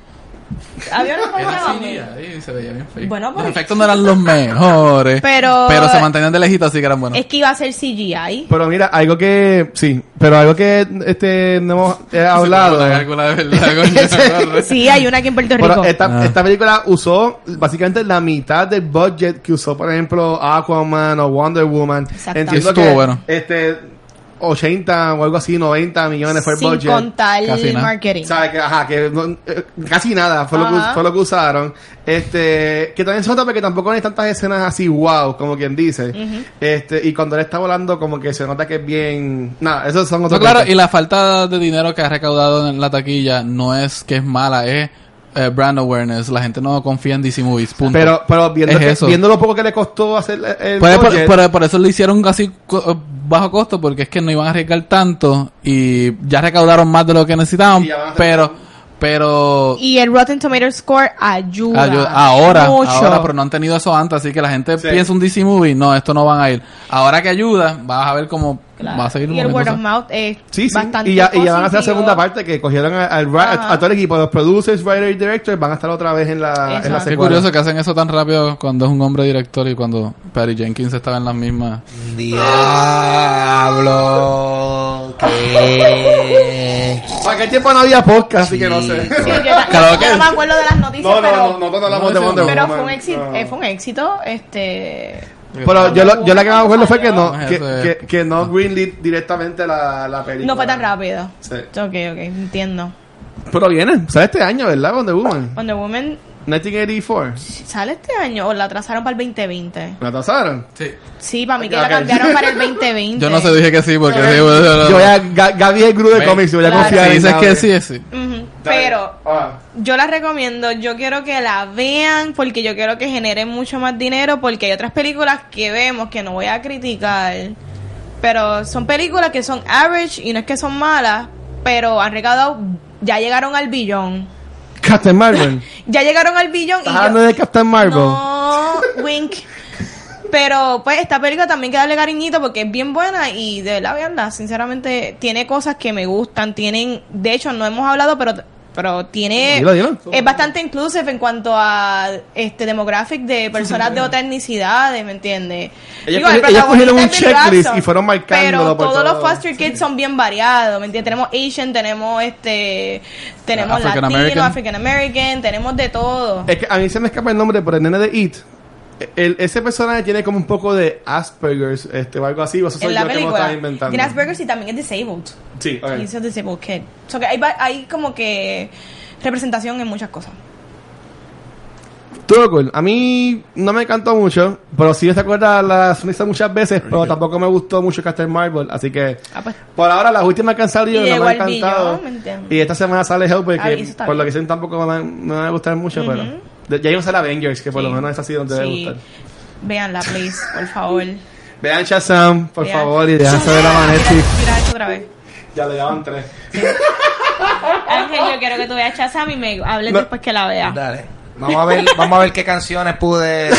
Había uno que parecía Era una así, gárgola. ahí se veía bien fake. Bueno, Los pues. efectos no eran los mejores. Pero- se mantenían de lejito, así que eran buenos. Es que iba a ser CGI. Pero mira, algo que sí, pero algo que este no hemos eh, hablado. La cálcula de verdad, coño. Sí, hay una aquí en Puerto Bueno, Rico. esta, Ah. esta película usó básicamente la mitad del budget que usó, por ejemplo, Aquaman o Wonder Woman. Exactamente. Eso estuvo bueno. este 80 o algo así, 90 millones fue el sin budget. contar Casi nada. marketing. ¿Sabes? Que, ajá, que no- eh, casi nada fue lo, que, Ajá. fue lo que usaron. Este, que también se nota porque tampoco hay tantas escenas así, wow, como quien dice. Este, y cuando él está volando, como que se nota que es bien. Nada, esos son No, otros. claro, puntos. y la falta de dinero que ha recaudado en la taquilla no es que es mala, es eh, brand awareness. La gente no confía en DC Movies, punto. Pero, pero viendo, Es que- eso. viendo lo poco que le costó hacer el- el Pues, por, budget, por- por eso lo hicieron así co- eh, bajo costo, porque es que no iban a arriesgar tanto y ya recaudaron más de lo que necesitaban, Sí, ya van a hacer- pero... pero Y el Rotten Tomatoes score ayuda. Ayuda. Ahora, Mucho. ahora, pero no han tenido eso antes, así que la gente Sí. piensa un DC movie, no, esto no van a ir. Ahora que ayuda, vas a ver cómo va a seguir y el word moviéndose. of mouth es Sí, sí. bastante Y ya, y ya van a hacer la positivo. segunda parte que cogieron a, al ra- Ajá. a, a todo el equipo. Los producers, writers y directors van a estar otra vez en la, en la Exacto. Qué secuela. curioso que hacen eso tan rápido cuando es un hombre director y cuando Patty Jenkins estaba en las mismas. Diablo. ¿Qué? Para aquel tiempo no había podcast, así que no sé. Sí, yo ta- Claro que- yo no me acuerdo de las noticias, No, no, pero, no, nosotros hablamos de pero Wonder pero Woman. fue un éxito, No. eh, fue un éxito, este Pero yo, lo- yo la que me acuerdo fue que no, Ah. No, que, eso es- que, que no greenlit directamente la, la película. no fue tan rápido. Sí. Ok, ok, entiendo. Pero viene, sale este año, ¿verdad? Wonder Woman. Wonder Woman 1984. sale este año o la atrasaron para el 2020. ¿La tasaron? Sí. Sí, para mí que Ok, la ok. cambiaron para el 2020. Yo no sé, dije que sí, porque sí, bueno, Yo voy a. Ga- Gaby es el gru de Ven. cómics, voy a Claro. confiar Si en dices Gaby. que sí, es sí. Ujú, Pero Ah. yo la recomiendo, yo quiero que la vean porque yo quiero que generen mucho más dinero porque hay otras películas que vemos que no voy a criticar, pero son películas que son average y no es que son malas, pero han recaudado, ya llegaron al billón. Captain Marvel. Ya llegaron al billón y ¿Estás yo, hablando de Captain Marvel? No, wink. Pero pues esta película también hay que darle cariñito porque es bien buena y de la verdad, sinceramente, tiene cosas que me gustan, tienen, de hecho no hemos hablado, pero pero tiene Dilo, dilo. eh, es bastante inclusive en cuanto a este demographic de personas de otras etnicidades, ¿me entiendes? Ellos Digo, el cogi- ellos protagonista cogieron un es Bill checklist Braxton, y fueron marcándolo Pero por todos los todo. foster kids son bien variados, ¿me entiendes? Tenemos Asian, tenemos este tenemos African latino, American. African American, tenemos de todo. Es que a mí se me escapa el nombre, pero el nene de It. el- ese personaje tiene como un poco de Asperger's este, o algo así. O eso soy en yo la que me lo estaba película. inventando. Tiene Asperger's y también es disabled. Sí, ok. He's a disabled kid. So que hay, va- hay como que representación en muchas cosas. Estuvo cool. A mí no me encantó mucho, pero sí te acuerdas la sonrisa muchas veces, pero tampoco me gustó mucho Captain Marvel. Así que Ah, pues. por ahora las últimas que han salido Y no me han llegó al encantado. billón, ¿me entiendes? Y esta semana sale Hellboy, Ah, y que eso está por lo bien. que dicen tampoco me van, me van a gustar mucho, pero de- ya iba a ser Avengers, que por Sí. lo menos es así donde debe Sí. gustar. Veanla, please, por favor. Vean Shazam, por Vean. favor, y dejan saber a Manetti. Mira, mira esto otra vez. Ya le daban tres. Ángel, yo quiero que tú veas Chazam y me hables No. después que la veas. Dale. Vamos a ver, vamos a ver qué canciones pude, eh,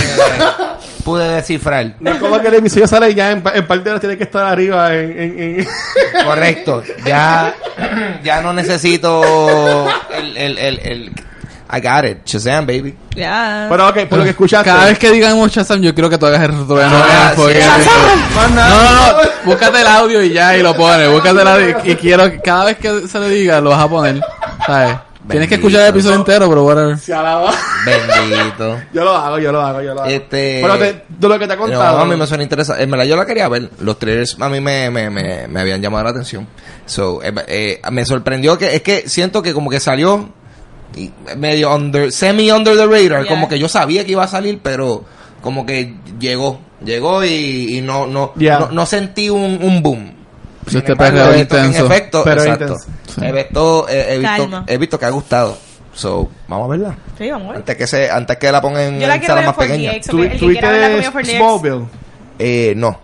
pude descifrar. No es como que el episodio sale y ya en, pa- en parte de los tiene que estar arriba en... en, en- Correcto. Ya, ya no necesito el, el, el, el- I got it. Shazam, baby. Ya. Pero ok, por lo que escuchaste. Cada vez que digamos Shazam, yo quiero que tú hagas el trueno. Ah, ¿eh? Porque- sí. Más No, nada. no, no. Búscate el audio y ya, y lo pones. Búscate el audio. Y, y quiero que cada vez que se le diga, lo vas a poner. ¿Sabes? Tienes que escuchar el episodio entero, pero whatever. Se alaba. Bendito. Yo lo hago, yo lo hago, yo lo hago. Este- Pero te- de lo que te ha Pero contado. a mí me suena interesante. En verdad, yo la quería ver. Los trailers a mí me, me, me, me habían llamado la atención. So, eh, eh, me sorprendió que es que siento que como que salió y medio under, semi under the radar. Yeah. Como que yo sabía que iba a salir, pero como que llegó. Llegó y, y no, no, Yeah. no, no sentí un, un boom. Sí, este embargo, perreo he es visto que en intenso. efecto, Perreo exacto. intenso. He visto, he, he visto, Calma. he visto que ha gustado. So, vamos a verla. Sí, vamos a ver. Antes que se, antes que la pongan Yo la en sala quiero ver en más pequeña. 4DX. ¿Tú, ok, el que quiera verla conmigo por ¿Tuviste DX. Smallville? Eh, no.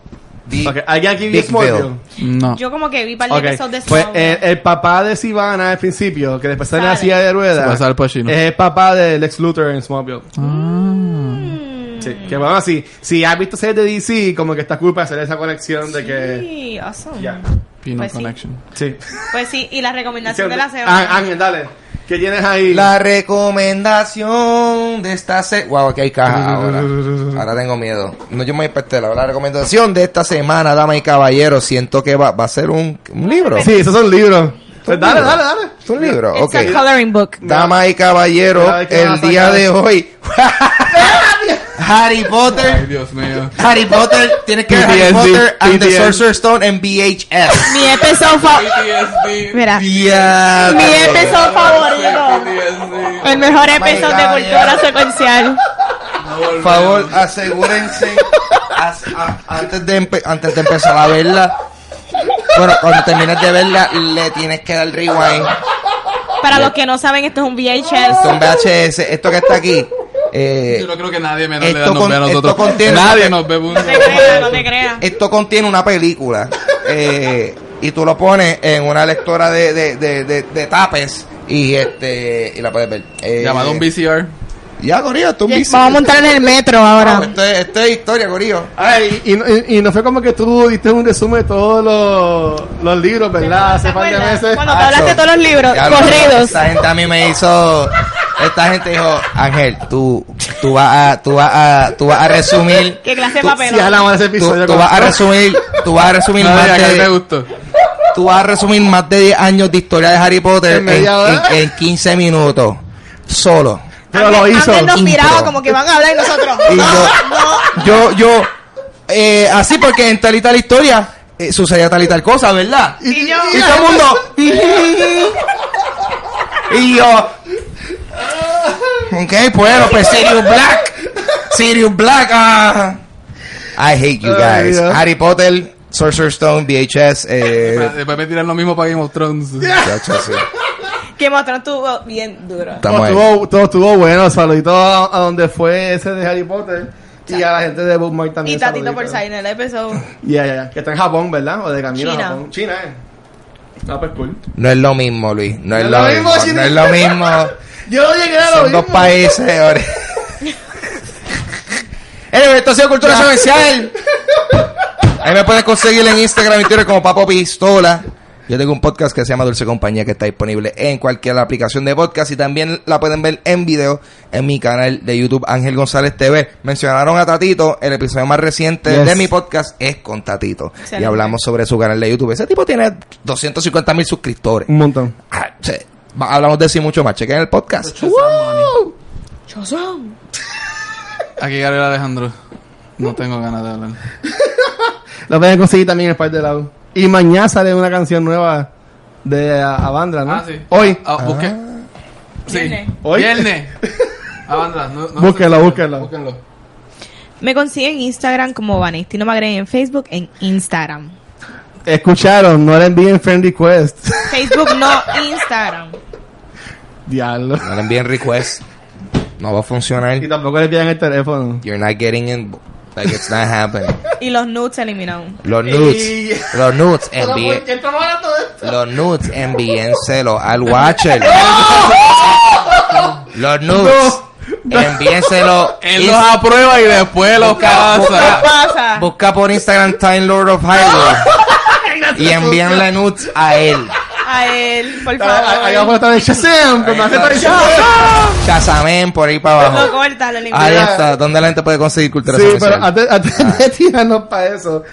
Di- Ok, ¿Alguien aquí vio Big Smallville? Bill. No. Yo como que vi para el Ok, episodio de pues Smallville. el, el papá de Sivana al principio, que después sale en la Sale. silla de Se ruedas, pasa al Pacino. es el papá de Lex Luthor en Smallville. eh, Ah. Mm. Sí, que bueno, así, si has visto series de DC, como que está culpa de hacer esa conexión de que... Sí, awesome. Ya. Pino Pues sí. Connection. Sí. Pues sí, y la recomendación de la semana. Ah, Ángel, dale. ¿Qué tienes ahí? La recomendación de esta semana. Wow, aquí hay caja ahora. Ahora tengo miedo. No, yo me pestela. La recomendación de esta semana, damas y caballeros, siento que va, va a ser un, un libro. Sí, esos son libros. Pues dale, dale, dale. Es un libro. It's Ok. a coloring book. Damas y caballeros, Mira, ¿qué el vas a día sacar? de hoy. Harry Ay, Potter. Dios mío. Harry Potter. Tienes que ver Harry PTSD, Potter and the PTSD. Sorcerer's Stone en VHS. Mi episodio favorito. PTSD. Mira, mi Ya. episodio favorito. El mejor episodio de cultura secuencial. Por favor, asegúrense as- a- antes, de empe- antes de empezar a verla. Bueno, cuando termines de verla, le tienes que dar rewind. Para los que no saben, esto es un VHS. Son VHS, esto que está aquí. eh, Yo no creo que nadie menos Esto le da nos con- ve a nosotros. esto contiene- Nadie nos ve. Eh, No te creas, no te creas. esto contiene una película. eh, y tú lo pones en una lectora de, de, de, de- de tapes y este y la puedes ver. Eh, Llamado un VCR. Ya, Gorillo, esto es un bici. montar en el metro No, esto, es, esto es historia, Gorillo. Ah, y, y no- y- y no fue como que tú diste un resumen de todos los, los libros, ¿verdad? Hace ¿Te par de acuerdas? meses. Ah, Cuando te hablaste de Acho. todos los libros Ya lo- corridos. Esta gente a mí me hizo. Esta gente dijo, Ángel, tú, tú vas a, tú vas a, tú vas a resumir. ¿Qué clase de Tú- papel? si hablamos de ese Tú, episodio. tú con- vas a resumir, tú vas a resumir Nadie, más a mí me de, gustó. tú vas a resumir más de 10 años de historia de Harry Potter En en, media hora. en- en 15 minutos. Solo. Pero lo hizo. Ángel nos Intro. miraba como que van a hablar y nosotros. Y yo, yo, yo, eh, así porque en tal y tal historia eh, sucedía tal y tal cosa, ¿verdad? Y yo. Y todo el mundo. Y yo. Ok, bueno, pues Sirius Black. Sirius Black. ah. I hate you Ay, guys. Dios. Harry Potter, Sorcerer Stone, VHS. Eh, Después me tiran lo mismo para Game of Thrones. chacho, sí. Que mostró estuvo bien duro. Estamos ahí. estuvo, todo estuvo bueno. Saluditos a, a donde fue ese de Harry Potter. Y a la gente de Bookmark también. Y Tatito por saluditos. en el episodio. Ya, ya, ya. Que está en Japón, ¿verdad? O de camino China. a Japón. China, eh. Ah, pues cool. No es lo mismo, Luis. No es No lo mismo. China. No es lo mismo. Yo no llegué a lo Son mismo. dos países. ahora. Anyway, esto ha sido Cultura Secuencial. Ahí me puedes conseguir en Instagram y Twitter como Papo Pistola. Yo tengo un podcast que se llama Dulce Compañía que está disponible en cualquier aplicación de podcast y también la pueden ver en video en mi canal de YouTube Ángel González TV. Mencionaron a Tatito, el episodio más reciente Yes. de mi podcast es con Tatito y hablamos sobre su canal de YouTube. Ese tipo tiene 250 mil suscriptores. Un montón. Ah, sí. Va- Hablamos de sí mucho más. Chequen el podcast. Aquí Gabriel Alejandro. No tengo ganas de hablar. Lo pueden conseguir también en el Spider Lab. Y mañana sale una canción nueva de a- Avandra, ¿no? Hoy. Ah, busqué. Sí. Viernes. Hoy. Viernes. Avandra, no, no Búsquenlo, sé. búsquenlo. Búsquenlo. Me consiguen en Instagram como Vanesti. No me agreguen en Facebook, en Instagram. Escucharon, no le envíen friend request. Facebook no, Instagram. Diablo. No le envíen request. No va a funcionar. Y tampoco le envían el teléfono. You're not getting in. Like it's not happening. Y los nudes eliminaron. Los nudes. Los nudes envíen. Los nudes envíenselo al Watcher. Los nudes. Envíenselo. Él los aprueba y después los busca- casa. Pasa. Busca por Instagram Time Lord of Hyrule y envíenle nudes a él. A él, por Ahí vamos a favor. estar de Shazam. Pero más que está de Shazam. Chasamén por ahí para Lo abajo. corta, lo elimina. Ahí está. ¿Dónde la gente puede conseguir cultura Sí, secuencial? pero antes, antes de tirarnos para eso,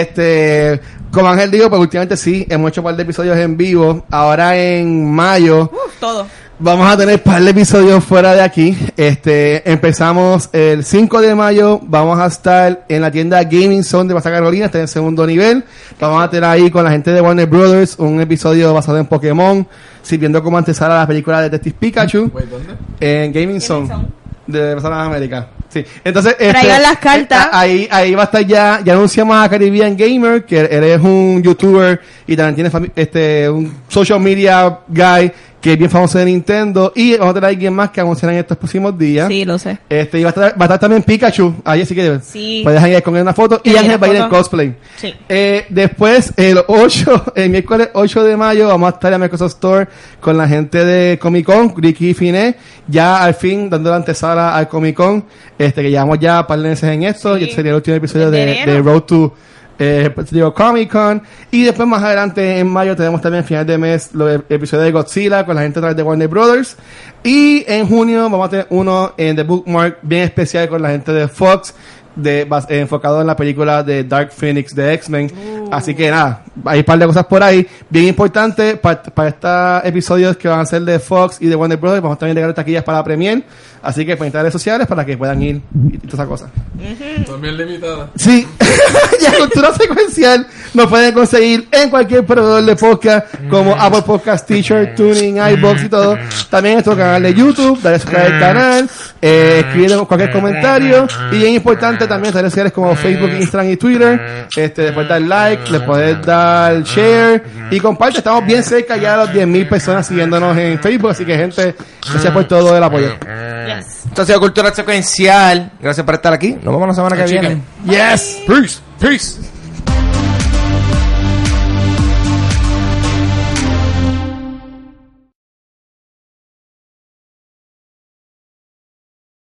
este, como Ángel dijo, pues últimamente sí, hemos hecho un par de episodios en vivo. Ahora en mayo Uh, todo. vamos a tener un par de episodios fuera de aquí. Este, empezamos el 5 de mayo, vamos a estar en la tienda Gaming Zone de Plaza Carolina, está en segundo nivel. Vamos a tener ahí con la gente de Warner Brothers un episodio basado en Pokémon, sirviendo como antesala a la película de Detective Pikachu Wait, ¿dónde? en Gaming Zone. Zone. De Personas América. Sí. Entonces, este, eh, Traigan las cartas. a- Ahí, ahí va a estar ya. Ya anunciamos a Caribbean Gamer, que él es un youtuber y también tiene fami- este, un social media guy que es bien famoso de Nintendo. Y vamos a tener a alguien más que anunciarán en estos próximos días. Sí, lo sé. Este, y va a, estar, va a estar también Pikachu. Ahí así que Sí. puedes ir con él una foto. Y Sí, Ángel una va a ir en foto. cosplay. Sí. Eh, después, el 8, el miércoles 8 de mayo, vamos a estar en la Microsoft Store con la gente de Comic Con, Ricky y Finé, ya al fin dando la antesala al Comic Con, este, que llevamos ya un par de meses en esto, Sí. y este sería el último episodio Desde de, enero. de Road to eh, digo, Comic Con, y después más adelante en mayo tenemos también final de mes los ep- episodios de Godzilla con la gente a través de Warner Brothers, y en junio vamos a tener uno en The Bookmark bien especial con la gente de Fox, de, bas- eh, enfocado en la película de Dark Phoenix de X-Men. Así que nada, hay un par de cosas por ahí. Bien importante pa- para estos episodios que van a ser de Fox y de Warner Brothers, vamos a también regalar taquillas para la Premier. Así que pendientes de redes sociales para que puedan ir y todas esas cosas. También limitada. Sí, ya cultura secuencial nos pueden conseguir en cualquier proveedor de podcast como Apple Podcast, Teacher, Tuning, iBox y todo. También en nuestro canal de YouTube, dale subscribe al canal, eh, escribir cualquier comentario y bien importante también en redes sociales como Facebook, Instagram y Twitter. Este, después dar like, le puedes dar share y comparte. Estamos bien cerca ya de los 10.000 personas siguiéndonos en Facebook, así que gente, gracias por todo el apoyo. Yes. Esto ha sido Cultura Secuencial. Gracias por estar aquí. Nos vemos la semana que viene. Yes, peace, peace.